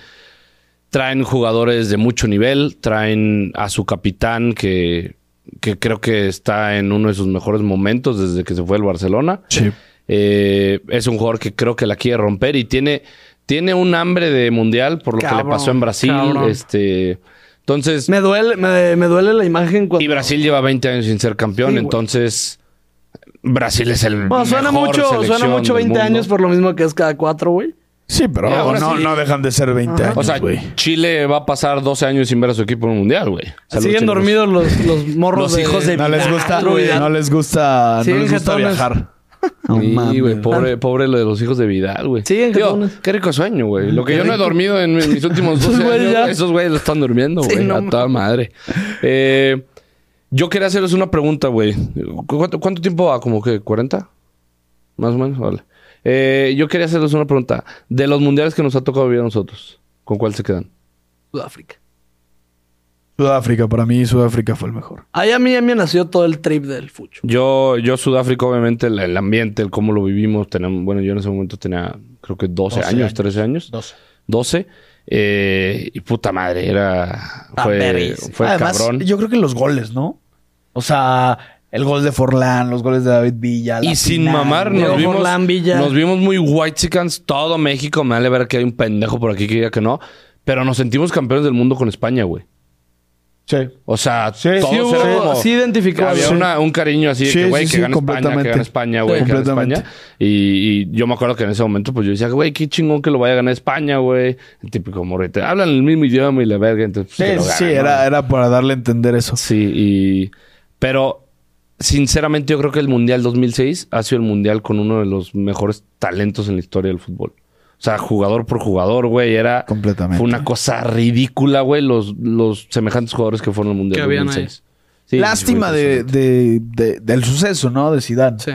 traen jugadores de mucho nivel, traen a su capitán que, que creo que está en uno de sus mejores momentos desde que se fue el Barcelona.
Sí.
Eh, es un jugador que creo que la quiere romper y tiene, tiene un hambre de mundial por lo que
Cabrón,
le pasó en Brasil.
cabrón.
Este, entonces,
Me duele, me, me duele la imagen cuando.
y Brasil lleva 20 años sin ser campeón,
Sí, güey.
entonces Brasil es el
Bueno, suena
mejor
mucho,
selección
suena mucho
del
20
mundo.
años por lo mismo que es cada cuatro, güey.
Sí, pero
Y ahora
no,
sí.
no dejan de ser 20 años,
O sea,
güey.
Chile va a pasar 12 años sin ver a su equipo en un mundial, güey. Salud,
Siguen
chicos.
dormidos los, los morros
Los hijos de
No les gusta,
Vidal, güey.
no les gusta, no
Sí,
les gusta
jetones.
viajar.
Sí, güey, pobre, pobre lo de los hijos de Vidal, güey.
Ah. Sí, en
Digo,
Japón.
Qué rico sueño, güey. Lo que yo no he dormido en mis últimos 12
Esos güeyes
años,
ya.
esos güeyes lo están durmiendo,
Sí,
güey.
no
a
mames.
toda madre. Eh, yo quería hacerles una pregunta, güey. ¿Cu- ¿Cuánto, cuánto tiempo va? ¿Como que 40? Más o menos, vale. Eh, yo quería hacerles una pregunta. De los mundiales que nos ha tocado vivir a nosotros, ¿con cuál se quedan?
Sudáfrica.
Sudáfrica, para mí Sudáfrica fue el mejor.
Ahí a mí me nació todo el trip del fucho.
Yo, yo Sudáfrica, obviamente, el, el ambiente, el cómo lo vivimos. Tenemos, bueno, yo en ese momento tenía, creo que 12,
12
años,
años.
13 años.
12.
12. eh, y puta madre, era.
Ah,
Fue,
perrísimo.
fue cabrón.
yo creo que los goles, ¿no? O sea, el gol de Forlán, los goles de David Villa. la
Y sin
final,
mamar,
Diego
nos vimos,
Forlán, Villa.
nos vimos muy whitexicans, todo México. Me vale ver que hay un pendejo por aquí que diga que no. Pero nos sentimos campeones del mundo con España, güey.
Sí.
O sea,
Sí,
todos
sí
era
hubo-
como-
sí identificaba,
Había
sí.
una- un cariño así de
Sí,
que, güey,
sí,
que
sí,
gana España, que
completamente.
gana España, güey,
Sí.
que gana
Completamente.
España. Y, y yo me acuerdo que en ese momento, pues yo decía, güey, qué chingón que lo vaya a ganar España, güey. El típico morrete. Hablan el mismo idioma y la verga. Entonces, pues,
Sí,
que lo
sí,
gana, ¿no?
era, era para darle a entender eso.
Sí, y. Pero, sinceramente, yo creo que el Mundial 2006 ha sido el Mundial con uno de los mejores talentos en la historia del fútbol. O sea, jugador por jugador, güey, era.
Completamente.
Fue una cosa ridícula, güey, los, los semejantes jugadores que fueron al Mundial
Que habían
2006. Sí,
Lástima
sí, fue
de,
impresionante.
de- de- del suceso, ¿no? De Zidane.
Sí.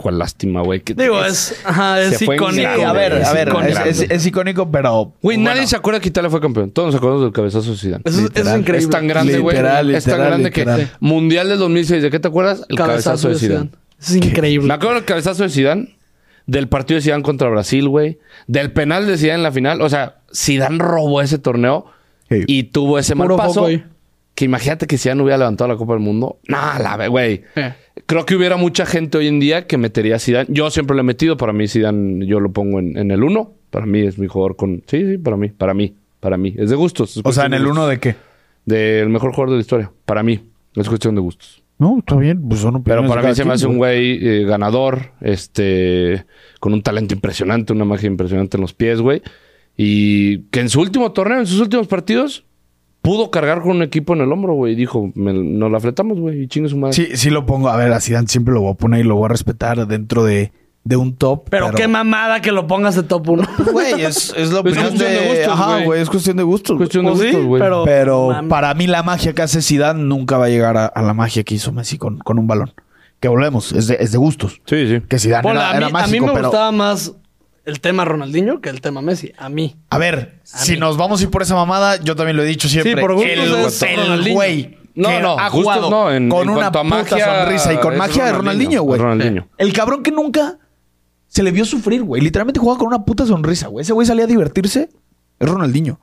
Cuál lástima, güey. que-
Digo, es, ajá, es
se fue en
icónico.
Sí,
grande,
a ver,
es
a ver,
icónico.
es, es- es icónico, pero...
Güey,
bueno,
nadie se acuerda que Italia fue campeón. Todos nos acordamos del cabezazo de Zidane.
Eso, es- eso es
Literal.
increíble.
Es tan grande, güey.
Literal,
Es tan
literal,
grande que...
literal.
Mundial del 2006, ¿de qué te acuerdas? El cabezazo, de Zidane.
Eso es increíble.
Me acuerdo del cabezazo de Zidane, del partido de Zidane contra Brasil, güey, del penal de Zidane en la final, o sea, Zidane robó ese torneo
Sí.
y tuvo ese mal
Puro
paso.
foco ahí.
que imagínate que Zidane hubiera levantado la Copa del Mundo. Nah, la ve- güey.
Eh.
Creo que hubiera mucha gente hoy en día que metería a Zidane. Yo siempre lo he metido, para mí Zidane yo lo pongo en, en el 1. Para mí es mi jugador con Sí, sí, para mí, para mí, para mí. Es de gustos. es
O sea,
cuestión
¿en
de
el
gustos.
uno de qué?
del mejor jugador de la historia, para mí. Es cuestión de gustos.
No, está bien. Pues son
Pero
opiniones
para
de
mí
cada
se me
quien,
hace un
güey.
güey eh, ganador, este, con un talento impresionante, una magia impresionante en los pies, güey. Y que en su último torneo, en sus últimos partidos, pudo cargar con un equipo en el hombro, güey. Y dijo, "Me- nos la fletamos, güey, y chingue su madre.
Sí, sí lo pongo. A ver, a Zidane siempre lo voy a poner y lo voy a respetar dentro de, de un top.
Pero, qué mamada que lo pongas de top 1.
Güey, es, es la opinión
cuestión
de...
de gustos,
Ajá,
güey.
güey, es cuestión de gustos. güey.
Cuestión de
pues sí,
gustos, güey.
pero-
Pero
Mami.
para mí la magia que hace Zidane nunca va a llegar a, a la magia que hizo Messi con, con un balón. Que volvemos, es de, es de gustos.
Sí, sí.
Que Zidane
Ponle,
era,
a,
era
mí, a
mágico,
mí me
pero...
gustaba más el tema Ronaldinho que el tema Messi. A mí.
A ver, si
mí.
nos vamos a ir por esa mamada, yo también lo he dicho siempre.
Sí, por gustos es
el, el
Ronaldinho.
güey
No,
que
no,
ha
gustos
jugado
no, en-
con
en
una
cuanto
puta
a magia
sonrisa y con
es
magia de Ronaldinho,
Ronaldinho,
güey.
es Ronaldinho.
El cabrón que nunca se le vio sufrir, güey. Literalmente jugaba con una puta sonrisa, güey. Ese güey salía a divertirse. Es Ronaldinho.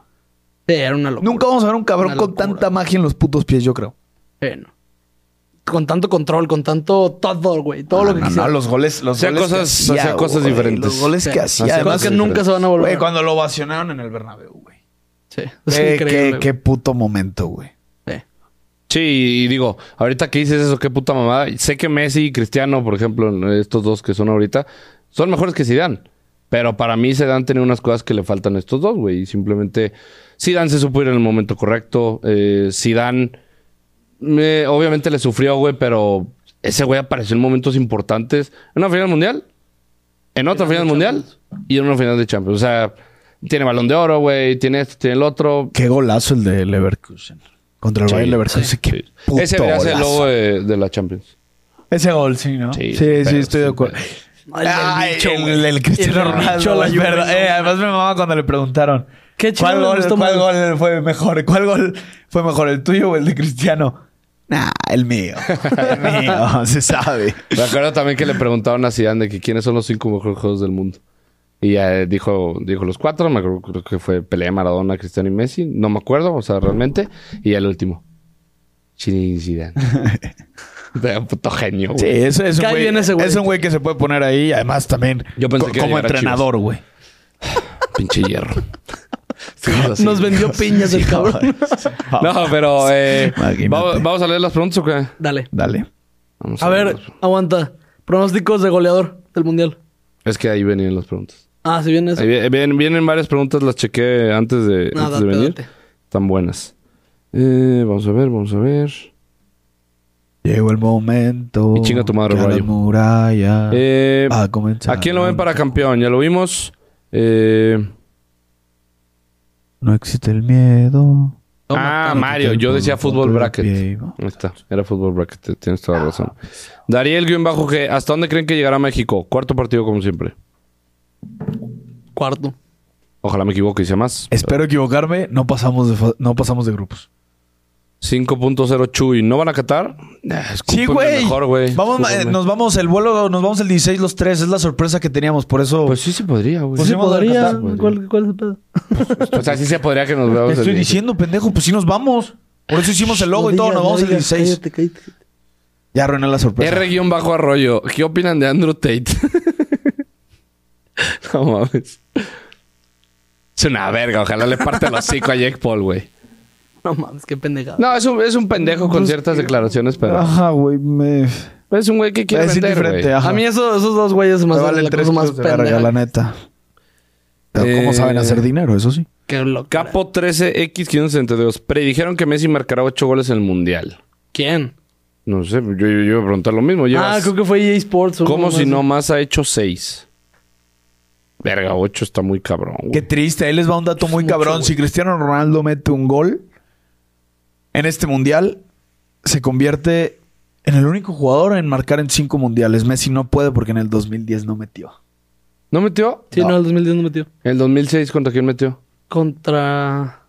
Sí, era una locura.
Nunca vamos a ver un cabrón
Una
con
locura.
tanta magia en los putos pies, yo creo.
Sí, no. Con tanto control, con tanto todo, güey. Todo lo que quisiera.
los goles, los
Hacía cosas- hacía cosas
güey,
diferentes.
Los goles
Sí.
que hacía.
Hacía
además,
Cosas que nunca se van a volver.
güey, cuando lo vacionaron en el Bernabéu, güey.
Sí, es
Qué,
increíble.
qué, qué puto momento, güey.
güey. Sí.
Sí, y digo, ahorita que dices eso, qué puta mamada. Sé que Messi y Cristiano, por ejemplo, estos dos que son ahorita, son mejores que Zidane. Pero para mí Zidane tenía unas cosas que le faltan a estos dos, güey. Y simplemente Zidane se supo ir en el momento correcto. Eh, Zidane me- obviamente le sufrió, güey, pero ese güey apareció en momentos importantes. En una final mundial, en otra final mundial y en una final de Champions. O sea, tiene balón de oro, güey, tiene esto, tiene el otro.
Qué golazo el de Leverkusen. Contra el
Sí,
Bayern Leverkusen. Qué puto
Ese debería ser el
golazo.
logo de, de la Champions.
Ese gol, sí, ¿no? Sí,
Sí,
sí,
pero,
estoy de
sí,
acuerdo.
pero-
Ay, el del
Ay,
bicho,
el,
güey.
el Cristiano
El del
Ronaldo.
bicho, la
es
Juve,
verdad.
no,
Eh,
güey.
además me mamaba cuando le preguntaron.
Qué chido
¿Cuál,
le
gol,
gustó
cuál
más?
gol fue mejor? ¿Cuál gol fue mejor? ¿El tuyo o el de Cristiano? Nah, el mío. El mío, se sabe.
Me acuerdo también que le preguntaron a Zidane de que quiénes son los cinco mejores juegos del mundo. Y ya dijo, dijo los cuatro, me acuerdo creo que fue Pelé, Maradona, Cristiano y Messi, no me acuerdo, o sea, realmente. Y ya el último, Zinedine Zidane. De un puto genio,
Sí,
güey.
eso es un
Cae
Oh, güey.
bien ese güey.
Es un güey que se puede poner ahí. Además, también
Yo pensé
co-
que iba a
como
llegar a Chivas.
entrenador, güey.
Pinche hierro. Cosas así.
Nos vendió piñas el cabrón.
No, pero eh,
Imagínate.
¿vamos, vamos a leer las preguntas o qué?
Dale.
Dale.
Vamos
A ver,
pues.
leerlas.
aguanta. Pronósticos de goleador del mundial.
Es que ahí venían las preguntas.
Ah, si bien eso.
Ahí vi- vienen, vienen varias preguntas, las chequé antes de,
No,
antes de
date,
venir.
date.
Tan buenas. Eh, vamos a ver, vamos a ver.
Llegó el momento.
Y chinga tu madre,
que a la
Rayo.
muralla
Eh,
ha comenzado.
¿A quién lo ven para campeón? Ya lo vimos. Eh,
No existe el miedo.
ah, Mario. Yo decía fútbol bracket. Ahí está. Era fútbol bracket. Tienes toda la razón. Dariel guión bajo G. ¿Hasta dónde creen que llegará México? Cuarto partido como siempre.
Cuarto.
Ojalá me equivoque y sea más.
Espero equivocarme. No pasamos de, fa- no pasamos de grupos.
5.0 Chuy. ¿No van a Qatar? Ah, escúpenme Mejor, güey.
Vamos, eh,
Escúpenme.
nos vamos el vuelo, nos vamos el 16 los tres. Es la sorpresa que teníamos. Por eso
Pues sí se podría, güey.
Pues sí podría.
¿Cuál, cuál es el pedo?
Pues, O sea, sí se podría que nos veamos
te
el
estoy
día.
diciendo, pendejo. Pues sí nos vamos. Por eso hicimos el logo
No
y todo.
digas,
Nos vamos
no
el
digas,
16.
cállate, cállate.
Ya arruiné la sorpresa.
R guión bajo arroyo. ¿Qué opinan de Andrew Tate? no mames. Es una verga. Ojalá le parte el hocico a Jake Paul, güey.
No mames, qué pendejada.
No, es un, es un pendejo con ciertas declaraciones, pero...
Ajá, güey. Me...
Es un güey que quiere
ah, Es
vender,
indiferente,
güey.
ajá.
A mí eso- esos dos güeyes
Me
más
valen
la
tres
cosa más
kilos de verga,
pendeja.
la neta. Pero cómo
Eh,
saben hacer dinero, eso sí.
Qué loco.
Capo 13X562. Predijeron que Messi marcará 8 goles en el Mundial.
¿Quién?
No sé, yo, yo, yo iba a preguntar lo mismo.
Ah,
Llevas,
creo que fue EA Sports. o algo
¿Cómo
más.
si no más ha hecho 6? Verga, 8 está muy cabrón, güey.
Qué triste, ahí les va un dato muy
mucho,
cabrón.
güey.
Si Cristiano Ronaldo mete un gol en este mundial, se convierte en el único jugador en marcar en cinco mundiales. Messi no puede porque en el 2010 no metió.
¿No metió?
Sí, no,
No.
el 2010 no metió.
¿El 2006 contra quién metió?
Contra.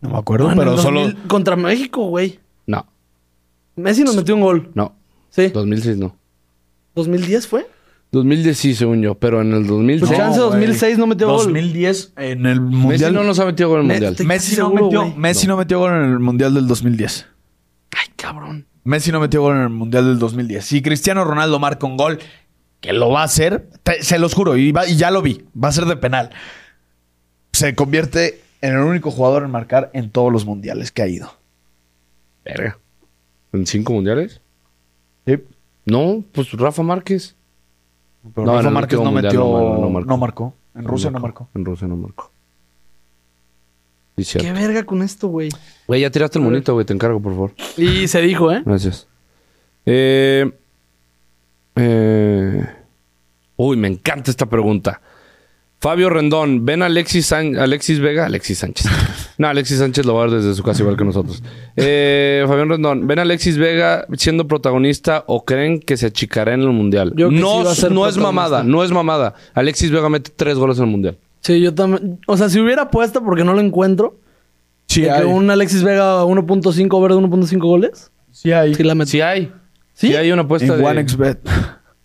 No me acuerdo,
No, en
pero
el
solo.
2000 Contra México, güey.
No,
Messi nos metió un gol.
no.
Sí.
2006 no.
¿2010 fue?
2010 sí, según yo, pero en el
Pues
2006...
No,
chance
güey.
2006 no metió gol.
2010 en el
Messi
mundial.
no nos ha metido gol en el
Me-
Mundial.
te-
Messi,
Estoy
no,
seguro,
metió,
güey.
Messi no metió gol en el mundial del 2010.
Ay, cabrón.
Messi no metió gol en el Mundial del 2010. Si Cristiano Ronaldo marca un gol, que lo va a hacer, te- se los juro, y, va- y ya lo vi, va a ser de penal. Se convierte en el único jugador en marcar en todos los mundiales que ha ido.
Verga. ¿En cinco mundiales?
Sí.
No, pues Rafa Márquez.
Pero
No, en
Rafa
el
Márquez
último
no
mundial
metió,
no mar- no marcó.
no, marcó. En Rusia no marcó.
En Rusia no marcó. Sí, cierto.
Qué verga con esto, güey.
Güey, ya tiraste el monito, güey. Te encargo, por favor.
Y se dijo, ¿eh?
Gracias. Eh, eh, uy, me encanta esta pregunta. Fabio Rendón, ven a Alexis, San- Alexis Vega, Alexis Sánchez. No, Alexis Sánchez lo va a ver desde su casa igual que nosotros. Eh, Fabián Rendón, ¿ven a Alexis Vega siendo protagonista o creen que se achicará en el Mundial?
Yo creo que sí
no
va a ser
no es
protagonista.
mamada, no es mamada. Alexis Vega mete tres goles en el Mundial.
Sí, yo también. O sea, si hubiera apuesta porque no lo encuentro,
Sí
de que un Alexis Vega 1.5 verde 1.5 goles,
Sí hay.
sí la meto.
Sí hay.
¿Sí?
Sí, hay una apuesta
en
de...
OneXBet.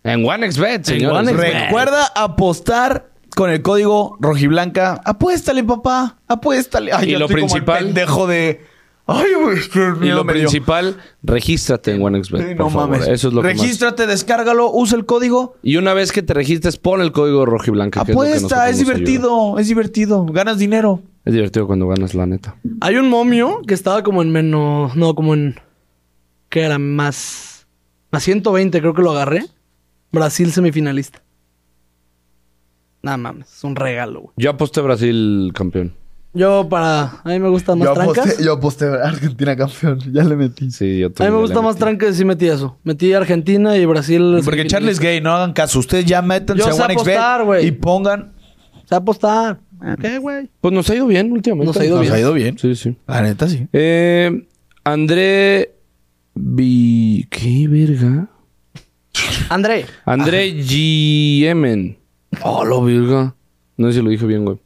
En OneXBet, señores.
OneXBet.
Recuerda apostar con el código rojiblanca. Apuéstale, papá. Apuéstale. Ay,
Y
ya
lo
estoy como el
principal-
pendejo de... Ay, güey, es que
Y
miedo
lo
me dio.
principal, regístrate en OneXBet,
Sí,
por
no
favor.
mames.
Eso es lo que más-
Regístrate, descárgalo, usa el código.
Y una vez que te registres, pon el código rojo y blanca. que es lo que
Apuesta,
nosotros
es
nos ayuda.
divertido, es divertido. Ganas dinero.
Es divertido cuando ganas, la neta.
Hay un momio que estaba como en menos. No, como en. ¿Qué era? Más. Más 120, creo que lo agarré. Brasil semifinalista. Nada mames, es un regalo, güey.
Yo aposté Brasil campeón.
Yo para. A mí me gustan más trancas.
yo aposté a Argentina campeón. Ya le metí.
Sí, yo
a mí
también
me
le
gusta más
metí.
trancas y sí metí eso. Metí Argentina y Brasil.
Porque
semifinalista.
Charles Gay, no hagan caso. Ustedes ya métanse
Yo
a
sé apostar,
OneXBet
güey.
y pongan.
Se va a apostar. ¿Qué, güey?
Pues nos ha ido bien últimamente.
Nos ha ido
Nos
bien.
ha ido bien.
Sí, sí.
La neta, sí.
Eh, André... Vi... ¿Qué verga?
André.
André Giemen.
Ah,
Oh, lo verga. No sé si lo dije bien, güey.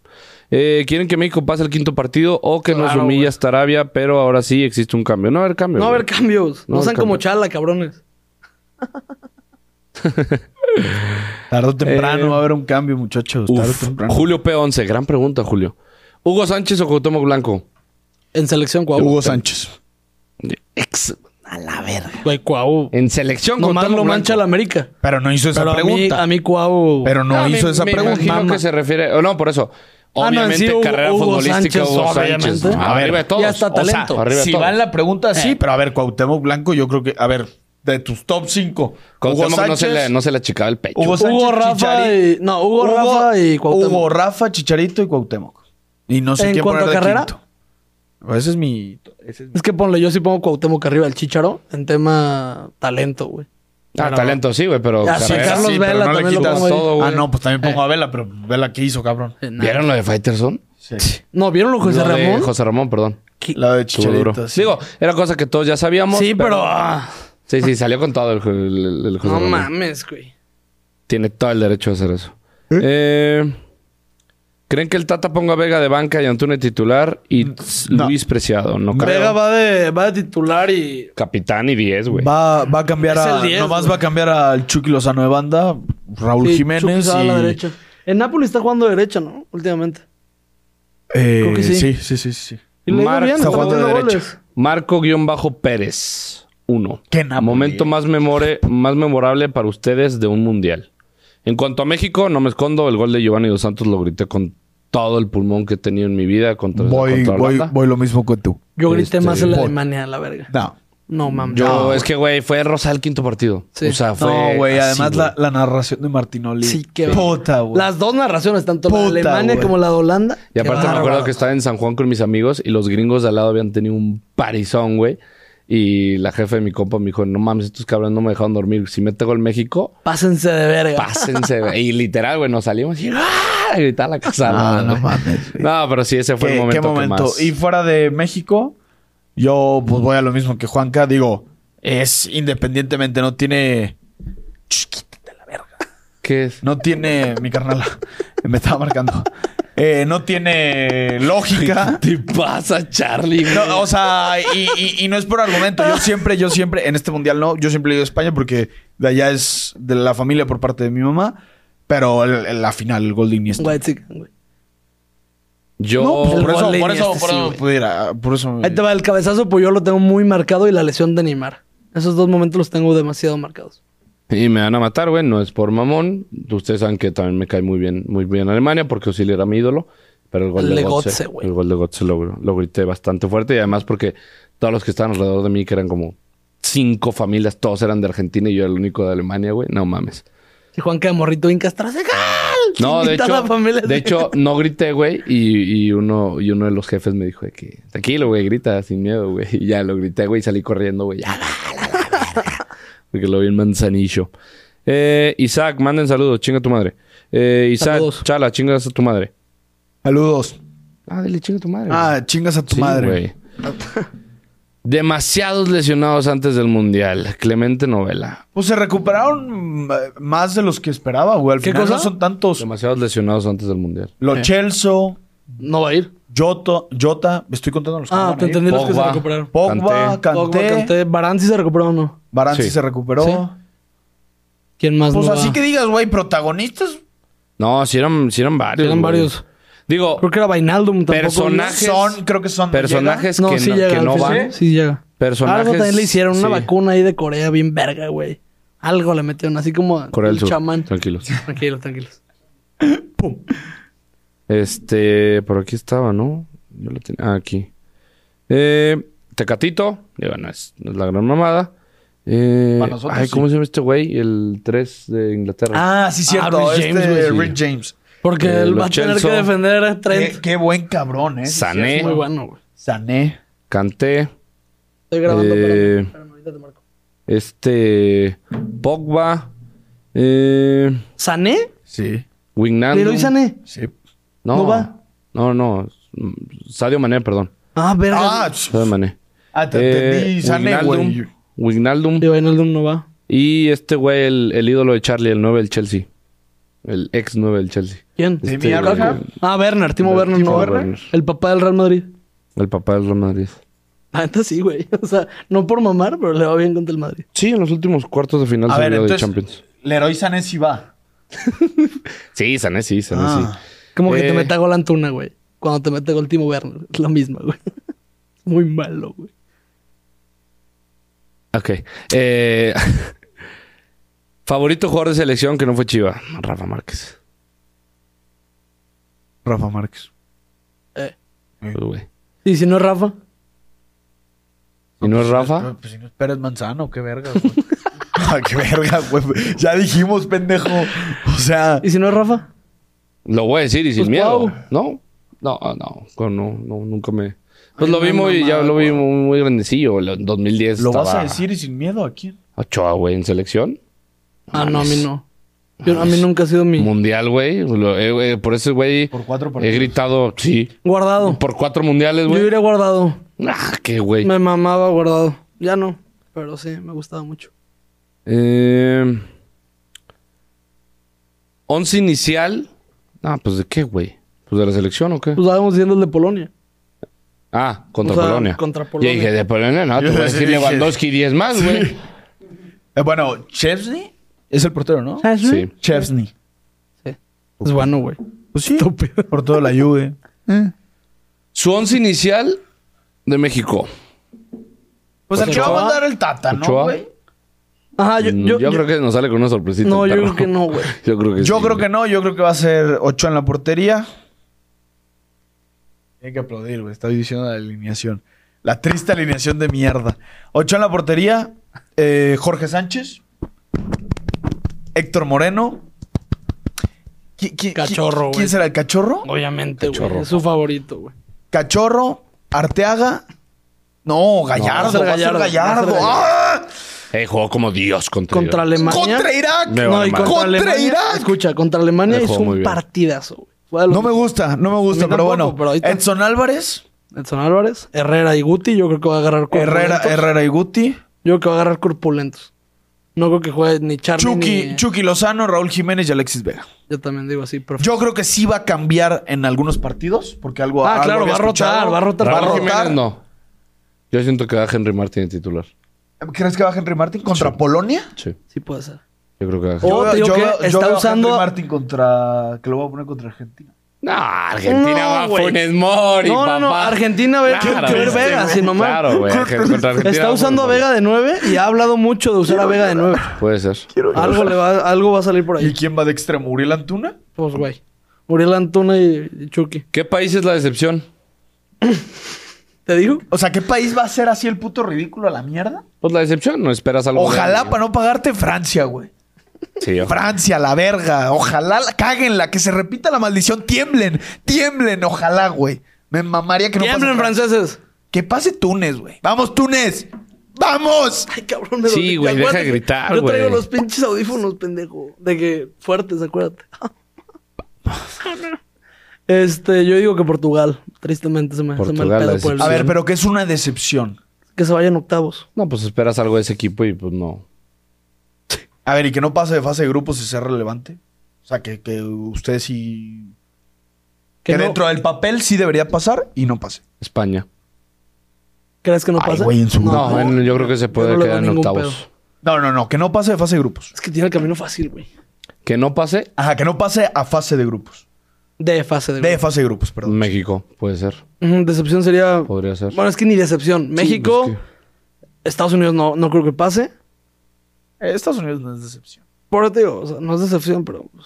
Eh, ¿Quieren que México pase el quinto partido o que nos
Claro,
humilla
güey.
hasta Arabia? Pero ahora sí existe un cambio. No va a haber cambio.
No va a haber
güey.
cambios. No,
No va a haber
sean como
cambios.
chala, cabrones.
Tarde o temprano
Eh,
va a haber un cambio, muchachos. Tarde o
Uf,
temprano.
Julio P11, gran pregunta, Julio. Hugo Sánchez o Cuauhtémoc Blanco.
En selección Cuau.
Hugo Sánchez.
Ex-
Güey, Cuau.
En selección
Nomás
Cuauhtémoc
lo
Blanco.
mancha la América.
Pero no hizo esa
Pero a mí,
pregunta.
a mí Cuau.
Pero no
Ah, me-
hizo esa
me
pregunta.
imagino
Mama.
que se refiere. oh, no, por eso.
Ah, no, en
Obviamente,
sí, Hugo-
carrera
Hugo
futbolística,
Sánchez,
Hugo
obviamente.
Sánchez.
A
Arriba
ver,
de todos.
y hasta
O sea,
talento.
arriba de
si
todos.
va en la pregunta, sí,
eh.
pero a ver, Cuauhtémoc Blanco, yo creo que, a ver, de tus top 5.
Cuauhtémoc no se le, no se le achicaba el pecho.
Hugo Sánchez,
Hugo Rafa
Chicharito.
y- no, Hugo Rafa y Cuauhtémoc.
Hugo Rafa, Chicharito y Cuauhtémoc. Y no sé
¿En
quién
cuanto
poner
a
de
carrera?
quinto. Ese es mi... ese es mi-
Es que ponle, yo sí pongo Cuauhtémoc arriba al Chicharo en tema talento, güey.
Ah, talento sí, güey, pero.
Ya, sí,
carrera-
Carlos
pero
Vela
le
también lo
quitas
pongo ahí.
todo, güey.
Ah,
Ah,
no,
no, pues también pongo a Vela, pero Vela, ¿qué hizo, cabrón?
¿Vieron lo de Fighterson?
No, ¿vieron lo de José
Lo de
Ramón?
José Ramón, perdón.
La de
Estuvo duro.
Chicharito. sí.
Digo, era cosa que todos ya sabíamos.
Sí, pero... ah,
Sí, sí, salió con todo el, el- el José
no
Ramón.
mames, güey.
Tiene todo el derecho a hacer eso. Eh, ¿Creen que el Tata ponga a Vega de banca y Antuna de titular y tss, Luis Preciado? No creo.
Vega va de, va de titular y...
Capitán y 10, güey.
Va, va a cambiar
Es
a...
el 10,
nomás
güey.
va a cambiar al Chucky Lozano de banda, Raúl
Sí, Chucky
Jiménez
se va a
y...
la derecha. En Napoli está jugando de derecha, ¿no? Últimamente.
Eh,
Creo que sí.
sí. sí, sí, sí, sí.
Y le ha ido
Marco-
bien,
Está
jugando de
metiendo
derecha.
goles.
Marco-Pérez. 1.
Qué Napoli,
Momento
eh.
más, memore- más memorable para ustedes de un mundial. En cuanto a México, no me escondo. El gol de Giovanni Dos Santos lo grité con todo el pulmón que he tenido en mi vida contra,
Voy,
contra
voy,
Holanda.
voy lo mismo que tú.
Yo grité
Este,
más en la
por-
Alemania, la verga.
No.
No mames.
Yo,
No,
es que, güey, fue Rosal el quinto partido.
Sí.
O sea, fue.
No, güey.
así,
Además, la, la narración de Martinoli.
Sí, qué
Puta, güey.
Las dos narraciones, tanto la de
Puta,
Alemania
güey.
como la de Holanda.
Y
Qué
aparte me acuerdo
bárbaro.
que estaba en San Juan con mis amigos y los gringos de al lado habían tenido un parizón, güey. Y la jefe de mi compa me dijo, no mames, estos cabrones no me dejaron dormir. Si mete gol México,
Pásense de verga.
pásense. güey". y literal, güey, nos salimos y ¡ah! a gritar a la casa.
Ah,
güey.
no mames, güey.
No, pero sí, ese fue el
¿Qué,
momento,
qué momento?
que más...
Y fuera de México, yo pues voy a lo mismo que Juanca. Digo, es independientemente, no tiene. Ch, quítate la verga.
¿Qué es?
No tiene. Mi carnal me estaba marcando. Eh, no tiene lógica.
¿Qué te pasa, Charlie? güey?
No, o sea, y, y- y no es por argumento. Yo siempre, yo siempre, en este mundial no, yo siempre he ido a España porque de allá es de la familia por parte de mi mamá. Pero el- el- la final, el gol de Iniesta.
White Chicken, güey.
Yo...
No, pues, por,
El
eso,
gol de
por eso,
Iniesta,
por
sí,
eso
güey.
pudiera, por
Mm.
eso.
Ahí te va el cabezazo, pues yo lo tengo muy marcado y la lesión de Neymar. Esos dos momentos los tengo demasiado marcados.
Y me van a matar, güey, no es por mamón. Ustedes saben que también me cae muy bien, muy bien Alemania, porque Ozil era mi ídolo. Pero el gol
El
de
de
Götze,
Götze, güey.
el gol de Götze lo, lo grité bastante fuerte. Y además porque todos los que estaban alrededor de mí, que eran como cinco familias, todos eran de Argentina y yo era el único de Alemania, güey. No mames.
Y Juan queda morrito Incas tras de gol.
No, de
Invitada
hecho,
familia.
de hecho, no grité, güey. Y, y uno, y uno de los jefes me dijo de que tranquilo, güey, grita sin miedo, güey. Y ya lo grité, güey, y salí corriendo, güey. Ya, la, la, la, la, la. Porque lo vi en manzanillo. Eh, Isaac, manden saludos, chinga tu madre. Eh, Isaac,
Saludos.
chala, chingas a tu madre.
Saludos.
Ah, dile chinga a tu madre. güey.
Ah, chingas a tu
Sí,
madre.
güey. Demasiados lesionados antes del mundial. Clemente Novela.
Pues se recuperaron mm, más de los que esperaba, güey. Al
¿Qué
final
cosa?
no son tantos.
Demasiados lesionados antes del mundial.
Lo
Eh.
Chelso,
No va a ir.
Jota, Jota, estoy contando los que
Ah,
van
te
a ir.
entendí los que se
Pogba.
recuperaron.
Pogba,
Pogba,
Canté,
Kanté. Varane sí se recuperó o no.
Barán
Sí.
se recuperó.
Sí. ¿Quién más
Pues
no
así
va?
que digas, güey, protagonistas.
No, si eran, sí eran varios.
Eran
güey.
varios.
Digo,
Creo que era Vainaldum tampoco.
Personaje.
Son, creo que son.
personajes
No,
que
sí
no,
llega.
que
al
no
final.
van.
Sí llega.
Personajes-
Algo también le hicieron una
sí.
vacuna ahí de Corea bien verga, güey. Algo le metieron así como
Corea del
el
Sur.
chamán.
Tranquilos.
Tranquilos, tranquilos.
Este, por aquí estaba, ¿no? Yo lo tenía. Ah, aquí. Eh, Tecatito. Digo, no es, no es la gran mamada. Eh,
Para nosotros,
ay,
sí.
¿cómo se llama este güey? El 3 de Inglaterra.
Ah, sí, cierto.
Ah, Rich
este,
James, güey,
sí.
Rich James.
Porque
Eh,
él
lo
va a tener
Chelsea.
que defender a
Qué,
Trent.
qué buen cabrón, ¿eh?
Sané.
Es muy bueno, güey.
Sané.
Canté.
Estoy grabando,
Eh,
espérame, espérame, ahorita te marco.
Este. Pogba. Eh,
¿Sané?
Sí,
Wijnaldum.
¿Leroy Sané?
sí.
No,
¿No va?
No, no. Sadio Mané, perdón.
Ah, verga.
Ah,
Sadio Mané.
ah, te
Eh,
entendí. Sané, güey.
Wijnaldum. Wijnaldum.
De Vainaldum no va.
Y este güey, el, el ídolo de Charlie, el 9 del Chelsea. El ex 9 del Chelsea.
¿Quién?
De
Este,
mierda.
güey,
Ah, Werner. Timo
Ber-
Werner
Timo
no va.
Werner.
El papá del Real Madrid.
El papá del Real Madrid.
Ah, entonces sí, güey. O sea, no por mamar, pero le va bien contra el Madrid.
Sí, en los últimos cuartos de final
A
salió
ver,
de
entonces.
Champions.
Leroy Sané sí va.
Sí, Sané sí, Sané
Ah.
sí.
Como que
Eh.
te meta gol Antuna, güey. Cuando te mete gol Timo Werner. Es la misma, güey. Muy malo, güey.
Ok. Eh, favorito jugador de selección que no fue Chiva. Rafa Márquez.
Rafa Márquez.
Eh.
Pues, güey.
Y si no es Rafa,
¿Y no es Rafa?
Pues si no es Pérez Manzano, qué verga, güey. ah, qué verga, güey. Ya dijimos, pendejo. O sea,
y si no es Rafa,
Lo voy a decir y sin
Pues,
miedo.
wow.
No, no, ah, no, con- no, no, nunca me. Pues lo vi muy, ya lo vi muy, muy grandecillo. Lo- En 2010.
¿lo vas a
estaba
decir y sin miedo a quién?
Ochoa, güey, en selección.
Ah, no, a mí no. Yo- a mí nunca ha sido mi
Mundial, güey. Lo- eh, güey, Por ese güey
Por cuatro
he
partidos.
gritado, sí.
guardado.
Por cuatro mundiales,
Yo
güey.
iría guardado.
Ah, qué güey.
Me mamaba guardado. Ya no, pero sí, me gustaba mucho.
Eh, once inicial. Ah, pues de qué, güey. Pues de la selección o qué?
Pues estábamos diciendo el de Polonia.
Ah, contra
o sea,
Polonia.
contra Polonia.
Y dije, de Polonia, no, te
Yo
voy a
sí
decir
dije-
Lewandowski 10 más, güey.
Eh, bueno, Chesney es el portero, ¿no?
Sí.
Sí.
Chesney.
Es bueno, güey.
Pues sí.
Estúpido.
Por toda la lluvia.
Su once inicial de México.
Pues el que va a
Ochoa.
mandar el Tata, ¿no,
Ochoa.
güey?
Ajá, Ah, yo,
Mm,
yo,
Yo,
yo-
creo que nos sale con una sorpresita.
No,
el
yo
perro.
creo que no, güey.
Yo creo que
Yo
sí,
creo
güey.
que no. Yo creo que va a ser 8 en la portería. Hay que aplaudir, güey. Estoy diciendo la alineación. La triste alineación de mierda. 8 en la portería. eh, Jorge Sánchez. Héctor Moreno. ¿Qui- qui- qui-
Cachorro, güey.
¿Quién será el cachorro?
Obviamente, güey.
Cachorro.
Es su favorito, güey.
Cachorro, Arteaga. No, Gallardo.
No,
va a ser Gallardo. ¡Ah!
Eh, jugó como Dios contra
Contra
Irán.
Alemania.
¡Contra Irak!
Me
No, y
Contra
contra, Alemania.
Irak.
Escucha, contra Alemania
Le
hizo
jugó muy
un
bien.
partidazo, güey. Fue de los
No me gusta, no me gusta,
A mí
pero
tampoco,
bueno.
pero ahí está.
Edson Álvarez,
Edson Álvarez, Herrera y Guti, yo creo que va a agarrar
Herrera,
corpulentos.
Herrera y Guti.
Yo creo que va a agarrar corpulentos. No creo que juegue ni Charlie
Chucky,
ni...
Chucky Lozano, Raúl Jiménez y Alexis Vega.
Yo también digo así, profe.
Yo creo que sí va a cambiar en algunos partidos, porque algo.
Ah,
algo
claro,
había
va a rotar,
escuchado.
va a rotar.
Va a
Raúl
Barro.
Jiménez
rotar.
no. Yo siento que va Henry Martin de titular.
¿Crees que va Henry Martin contra Polonia?
Sí.
Sí puede ser.
Yo creo que va Henry.
Oh, te digo que está
a
usando-
Henry Martin contra. Que lo voy a poner contra Argentina.
No, Argentina
No,
va a
güey.
Funes Mori,
No, no, no,
papá.
Argentina va a- que ver
güey.
Vega, si nomás.
Claro, güey. Argen- contra Argentina
Está
va
usando a
Funes
Vega de 9 y ha hablado mucho de usar a Vega de 9.
Mori. Puede ser.
Algo, le va, algo va a salir por
¿Y
ahí.
quién va de extremo? ¿Uriel Antuna?
Pues, güey. Muriel Antuna y y Chucky.
¿Qué país es la decepción?
¿Te digo?
O sea, ¿qué país va a ser así el puto ridículo a la mierda?
Pues la decepción, no esperas algo.
Ojalá
grande.
para no pagarte Francia, güey.
Sí, ojalá.
Francia, la verga. Ojalá la- cáguenla, que se repita la maldición. Tiemblen, tiemblen, ojalá, güey. Me mamaría que no pase
¡Tiemblen,
Francia.
franceses!
Que pase Túnez, güey. ¡Vamos, Túnez! ¡Vamos!
Ay, cabrón, me
Sí,
dolió.
güey, deja de
Acuérdate que
gritar,
Yo traigo
güey.
los pinches audífonos, pendejo. De que fuertes, acuérdate. Este, yo digo que Portugal. Tristemente se me, se me
Portugal,
el
la
pedo por el-
A ver, pero que es una decepción.
Que se vayan octavos.
No, pues esperas algo de ese equipo y pues no.
A ver, y que no pase de fase de grupos y sea relevante. O sea, que, que usted sí. Que,
Que no-
dentro del papel sí debería pasar y no pase.
España.
¿Crees que no
Ay,
pasa?
güey, en su-
No,
No,
en- yo creo que se
yo
puede
no le
quedar
veo
en
ningún
octavos.
pedo.
No, no, no, que no pase de fase de grupos.
Es que tiene el camino fácil, güey.
Que no pase
Ajá, que no pase a fase de grupos.
De fase de...
De fase de grupos, perdón.
México, puede ser.
Ujú, Decepción sería...
Podría ser.
Bueno, es que ni decepción. México,
pues,
Estados Unidos no, no creo que pase.
Eh, Estados Unidos no es decepción.
Por eso te digo, o sea, no es decepción, pero... pues,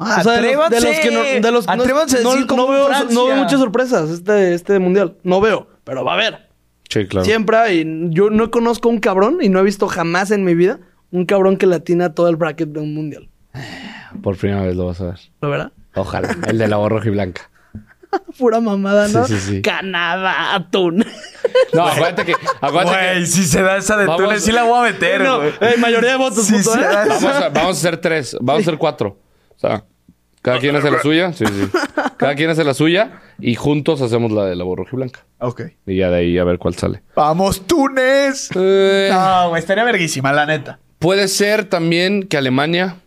Ah,
o sea, de los- de
atrévanse.
los que no, de los- no-
atrévanse a
no-
decir como
no veo,
Francia.
no veo muchas sorpresas este, este mundial. No veo, pero va a haber.
Sí, claro.
Siempre hay. Yo no conozco un cabrón y no he visto jamás en mi vida un cabrón que latina todo el bracket de un mundial.
Por primera vez lo vas a ver.
¿Lo verdad?
Ojalá. El de la voz roja y blanca.
Pura mamada, ¿no?
Sí, sí, sí.
Canadá, Tun.
No, acuérdate que. Acuérdate
Güey,
que
si se da esa de
Vamos.
Túnez, sí la voy a meter,
No,
güey.
eh, mayoría de votos,
Si
puto,
se
¿eh?
da esa-
vamos, a, vamos a ser tres. Vamos a ser cuatro. O sea, cada quien hace la suya. Sí, sí. Cada quien hace la suya y juntos hacemos la de la voz roja y blanca.
Ok.
Y ya de ahí a ver cuál sale.
¡Vamos, Túnez!
Eh,
No, güey, estaría verguísima, la neta.
Puede ser también que Alemania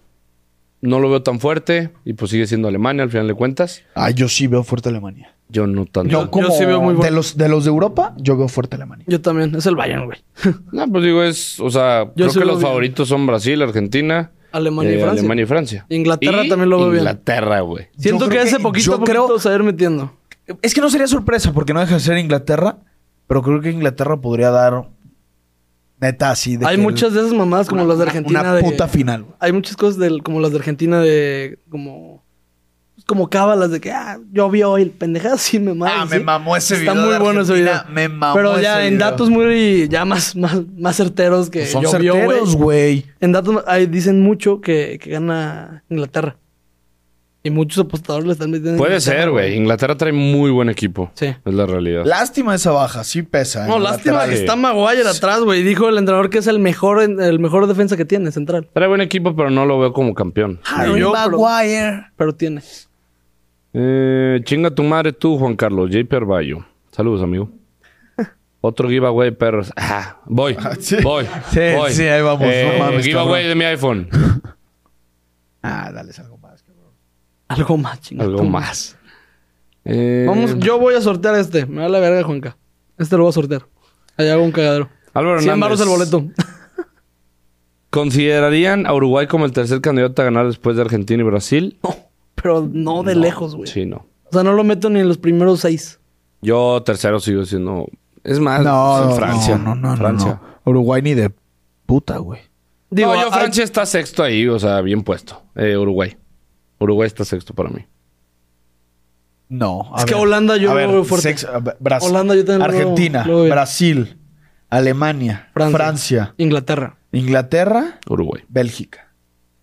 no lo veo tan fuerte y pues sigue siendo Alemania al final de cuentas.
Ah, yo sí veo fuerte Alemania.
Yo no tanto.
Yo, como
sí veo muy bu-
de, los, de los de Europa, yo veo fuerte Alemania.
Yo también. Es el Bayern, güey.
No, pues digo, es, o sea, creo
sí
que
lo
los
veo.
favoritos son Brasil, Argentina,
Alemania y
eh,
Francia.
Alemania y Francia.
Inglaterra
Y
también lo veo bien.
Inglaterra, güey.
Siento
Yo
que
creo
ese
que-
poquito a
yo
poquito
creo-
se va a ir metiendo.
Es que no sería sorpresa porque no deja de ser Inglaterra, pero creo que Inglaterra podría dar neta así de
Hay
que
muchas de esas mamadas como las de Argentina.
una
de-
puta final. güey.
hay muchas cosas del, como las de Argentina de como como cábalas de que ah, yo vi hoy el pendejado sí me mamó.
Ah, me mamó ese
Está
video
muy
de
bueno ese video.
Argentina, me mamó
Pero ya
ese
en
video.
datos muy ya más más, más certeros que
Pues
Son
yo vio,
certeros,
güey.
güey.
En datos ahí dicen mucho que, que gana Inglaterra. Y muchos apostadores le están metiendo
Puede
Inglaterra,
ser, güey. Inglaterra trae muy buen equipo.
Sí.
Es la realidad.
Lástima esa baja, sí pesa.
No,
en
lástima
lateral.
que
Sí.
está Maguire atrás, güey. Dijo el entrenador que es el mejor en- el mejor defensa que tiene central,
Trae buen equipo, pero no lo veo como campeón.
Harry
Ah, Yo, pero-
Maguire.
pero tiene.
Eh, chinga tu madre tú, Juan Carlos. J. Bayo. Saludos, amigo. Otro giveaway, perros. Ah, voy,
sí.
voy,
Sí,
voy.
sí, ahí vamos. No
Eh,
mames,
giveaway
cabrón.
de mi iPhone.
Ah, dales algo más. cabrón.
Algo más, chingada.
Algo más. Eh,
Vamos, yo voy a sortear este. Me da la verga, Juanca. Este lo voy a sortear. Allá hago un cagadero.
Álvaro
100
Hernández.
baros el boleto.
¿Considerarían a Uruguay como el tercer candidato a ganar después de Argentina y Brasil?
No, pero no de lejos, güey.
Sí, no.
O sea, no lo meto ni en los primeros seis.
Yo tercero sigo siendo. Es más,
No,
en
no,
Francia.
no, no, no,
Francia.
No, Uruguay ni de puta, güey.
Digo,
no, yo
hay-
Francia está sexto ahí, o sea, bien puesto. Eh, Uruguay. Uruguay está sexto para mí.
No. a
Es que Holanda yo
a
lo
ver,
veo fuerte.
sex- a ver, Brasil,
Holanda yo también lo veo-
Argentina,
lo veo bien.
Brasil, Alemania,
Francia.
Francia.
Inglaterra.
Inglaterra,
Uruguay.
Bélgica.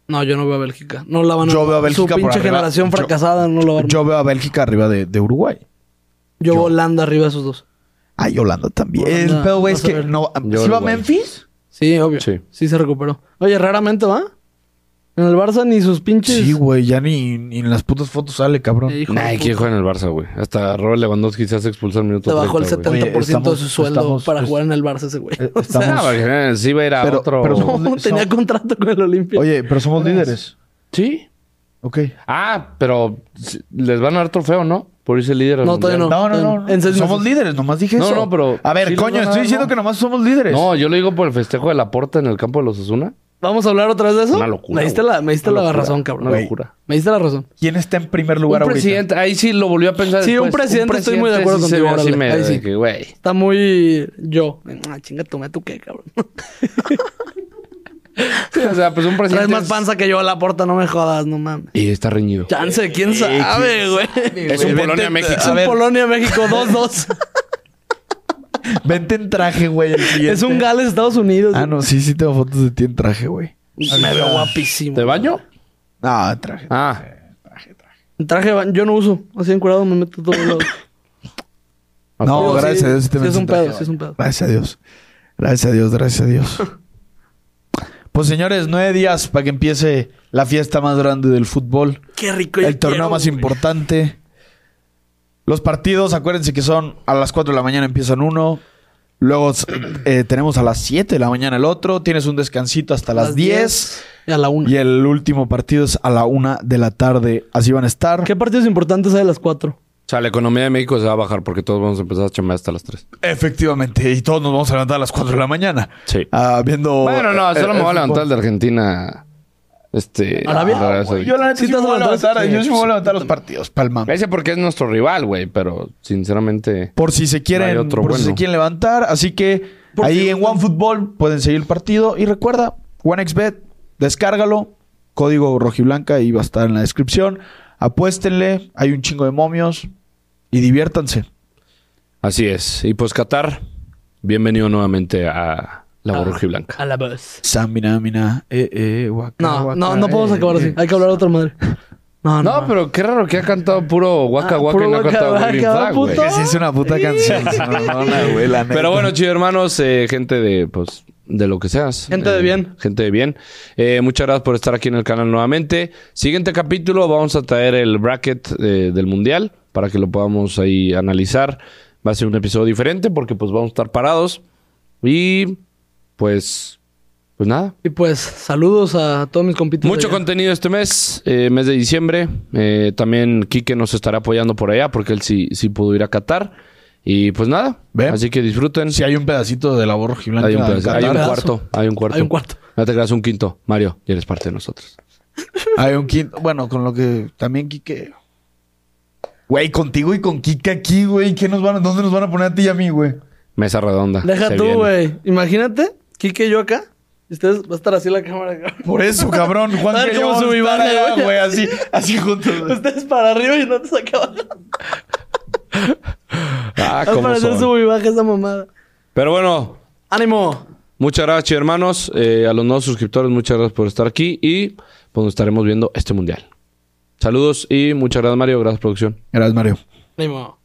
No, yo no veo a Bélgica. No la van a...
Yo veo a Bélgica
Su
por
pinche
arriba.
generación
Yo-
fracasada no la van a... Yo,
Yo veo a Bélgica arriba de, de Uruguay.
veo Holanda arriba de esos dos.
Ay, Holanda también.
Holanda,
el pedo, güey,
vas a
es que
ver.
no. ¿sí
Yo
va
Uruguay.
Memphis?
Sí, obvio. Sí.
Sí.
se recuperó. Oye, raramente va. En el Barça ni sus pinches...
Sí, güey, ya ni, ni en las putas fotos sale, cabrón.
Eh, hijo de
Nah,
puta.
¿quién juega en el Barça, güey? Hasta Robert Lewandowski se hace expulsar en minuto
Te bajó el 70%
30, güey.
Oye,
de su
estamos-
sueldo
estamos-
para
es-
jugar en el Barça ese güey.
Eh,
O sea,
estamos-
Ah, porque, eh, sí va a ir a
Pero-
otro.
pero somos-
no, tenía
Estamos-
contrato con el Olimpia.
Oye, pero somos líderes.
Sí.
Ok.
Ah, pero sí, les van a dar trofeo, ¿no? Por irse líder. al
No, todavía
Mundial.
No, no, no.
En seis
somos
meses.
líderes, nomás dije
No,
eso.
no, pero-
A ver,
sí les
coño,
van a
estoy
dar,
diciendo
¿no?
que nomás somos líderes.
No, yo lo digo por el festejo de la porta en el campo de los Osasuna.
¿Vamos a hablar otra vez de eso?
Una locura,
Me diste
güey.
la, me diste
Una
la
locura,
razón, cabrón.
una
Güey.
locura.
Me diste la razón.
¿Quién está en primer
Un
lugar ahorita?
presidente, ahí sí lo volvió a pensar.
Sí, un
después.
presidente, estoy muy de acuerdo
sí se
contigo,
ve así
órale.
medio
Ahí
de
sí.
que, güey.
Está muy yo. Ah, chinga, tome tú qué, cabrón.
Sí, o sea, pues un presidente.
Traes más
es-
panza que yo a la puerta, no me jodas, no mames.
Y está reñido.
Eh,
Chance, quién sabe, güey.
Es un Polonia-México.
Es un Polonia-México 2-2.
Vente en traje, güey. el siguiente.
es un Gales-Estados Unidos. Ah,
Ah,
Ah, no, sí, sí tengo fotos de ti en traje, güey.
Me veo guapísimo.
¿De baño?
Ah, traje.
Ah.
En traje de baño, yo no uso. Así encuerado me meto todo el lado.
No,
Digo,
gracias
sí,
a Dios. sí te
sí
metes
es un
traje
pedo,
de
sí es un
baño.
pedo.
Gracias a Dios. Gracias a Dios, gracias a Dios. Pues señores, nueve días para que empiece la fiesta más grande del fútbol.
Qué rico.
El torneo más importante. Los partidos, acuérdense que son a las 4 de la mañana empiezan uno. Luego eh, tenemos a las 7 de la mañana el otro. Tienes un descansito hasta las 10.
Y a la una.
Y el último partido es a la 1 de la tarde. Así van a estar.
¿Qué partidos importantes hay a las cuatro?
O sea, la economía de México se va a bajar porque todos vamos a empezar a chambear hasta las 3.
Efectivamente. Y todos nos vamos a levantar a las 4 de la mañana.
Sí.
Ah, viendo.
Oh,
Bueno, no,
eh,
solo
eh,
me voy a
el
levantar el
fútbol.
de Argentina. Este.
¿Arabia?
Arabia Saudita.
Yo la neta
Sí
sí,
te
me voy a
levantas,
levantar. eh,
sí.
Yo sí me voy a levantar los partidos. Palma.
Ese porque es nuestro rival, güey, pero sinceramente.
Por si se
No hay
quieren,
otro
por si
bueno.
se quieren levantar. Así que
Por
ahí
si-
en OneFootball pueden seguir el partido. Y recuerda, OneXBet, descárgalo. Código rojiblanca ahí va a estar en la descripción. Apuéstenle, hay un chingo de momios. Y diviértanse.
Así es. Y pues Qatar, bienvenido nuevamente a la
Ah.
Borja Blanca.
A la vez.
Samina, mina, eh, eh, guaca,
No,
guaca,
no, no podemos
eh,
acabar así.
eh.
Hay que hablar de otra madre. Ah, No, no.
No,
mames.
pero qué raro que ha cantado puro Waka
Ah,
Waka
puro
y no ha
Waka
cantado
Waka,
Green Flag, güey.
puto.
Que sí es una puta canción. es una mamona, güey, la neta.
Pero bueno, chido hermanos, eh, gente de, pues, de lo que seas.
Gente
Eh,
de bien.
Gente de bien. Eh, muchas gracias por estar aquí en el canal nuevamente. Siguiente capítulo, vamos a traer el bracket eh, del Mundial para que lo podamos ahí analizar. Va a ser un episodio diferente porque pues vamos a estar parados. Y pues, pues nada.
Y pues, saludos a todos mis compitas.
Mucho
de allá.
contenido este mes, eh, mes de diciembre. Eh, también Quique nos estará apoyando por allá porque él sí, sí pudo ir a Qatar. Y pues nada,
Ve.
así que disfruten.
Si hay un pedacito de la borja blanca.
Hay un, pedazo- hay un
Pedazo.
cuarto, hay un cuarto.
Hay un cuarto.
No te creas un quinto. Mario, ya eres parte de nosotros.
Hay un quinto. Bueno, con lo que también Quique. Güey, contigo y con Quique aquí, güey. ¿Qué nos van a- ¿Dónde nos van a poner a ti y a mí, güey?
Mesa redonda.
Deja
se
tú,
viene.
güey. Imagínate, Kike y yo acá. Y ustedes va a estar así la cámara. cabrón.
Por eso, cabrón. Juan
A ver
que yo
cómo
vamos a
sube y
estar
baja,
allá,
güey.
güey. Así, así juntos. güey.
Ustedes para arriba y no te sacaban.
Ah,
Es
cómo
para hacer
son.
sub y baja esa mamada.
Pero bueno,
¡Ánimo!
muchas gracias, hermanos. Eh, a los nuevos suscriptores, muchas gracias por estar aquí y pues nos estaremos viendo este mundial. Saludos y muchas gracias, Mario. Gracias, producción.
Gracias, Mario.
¡Ánimo!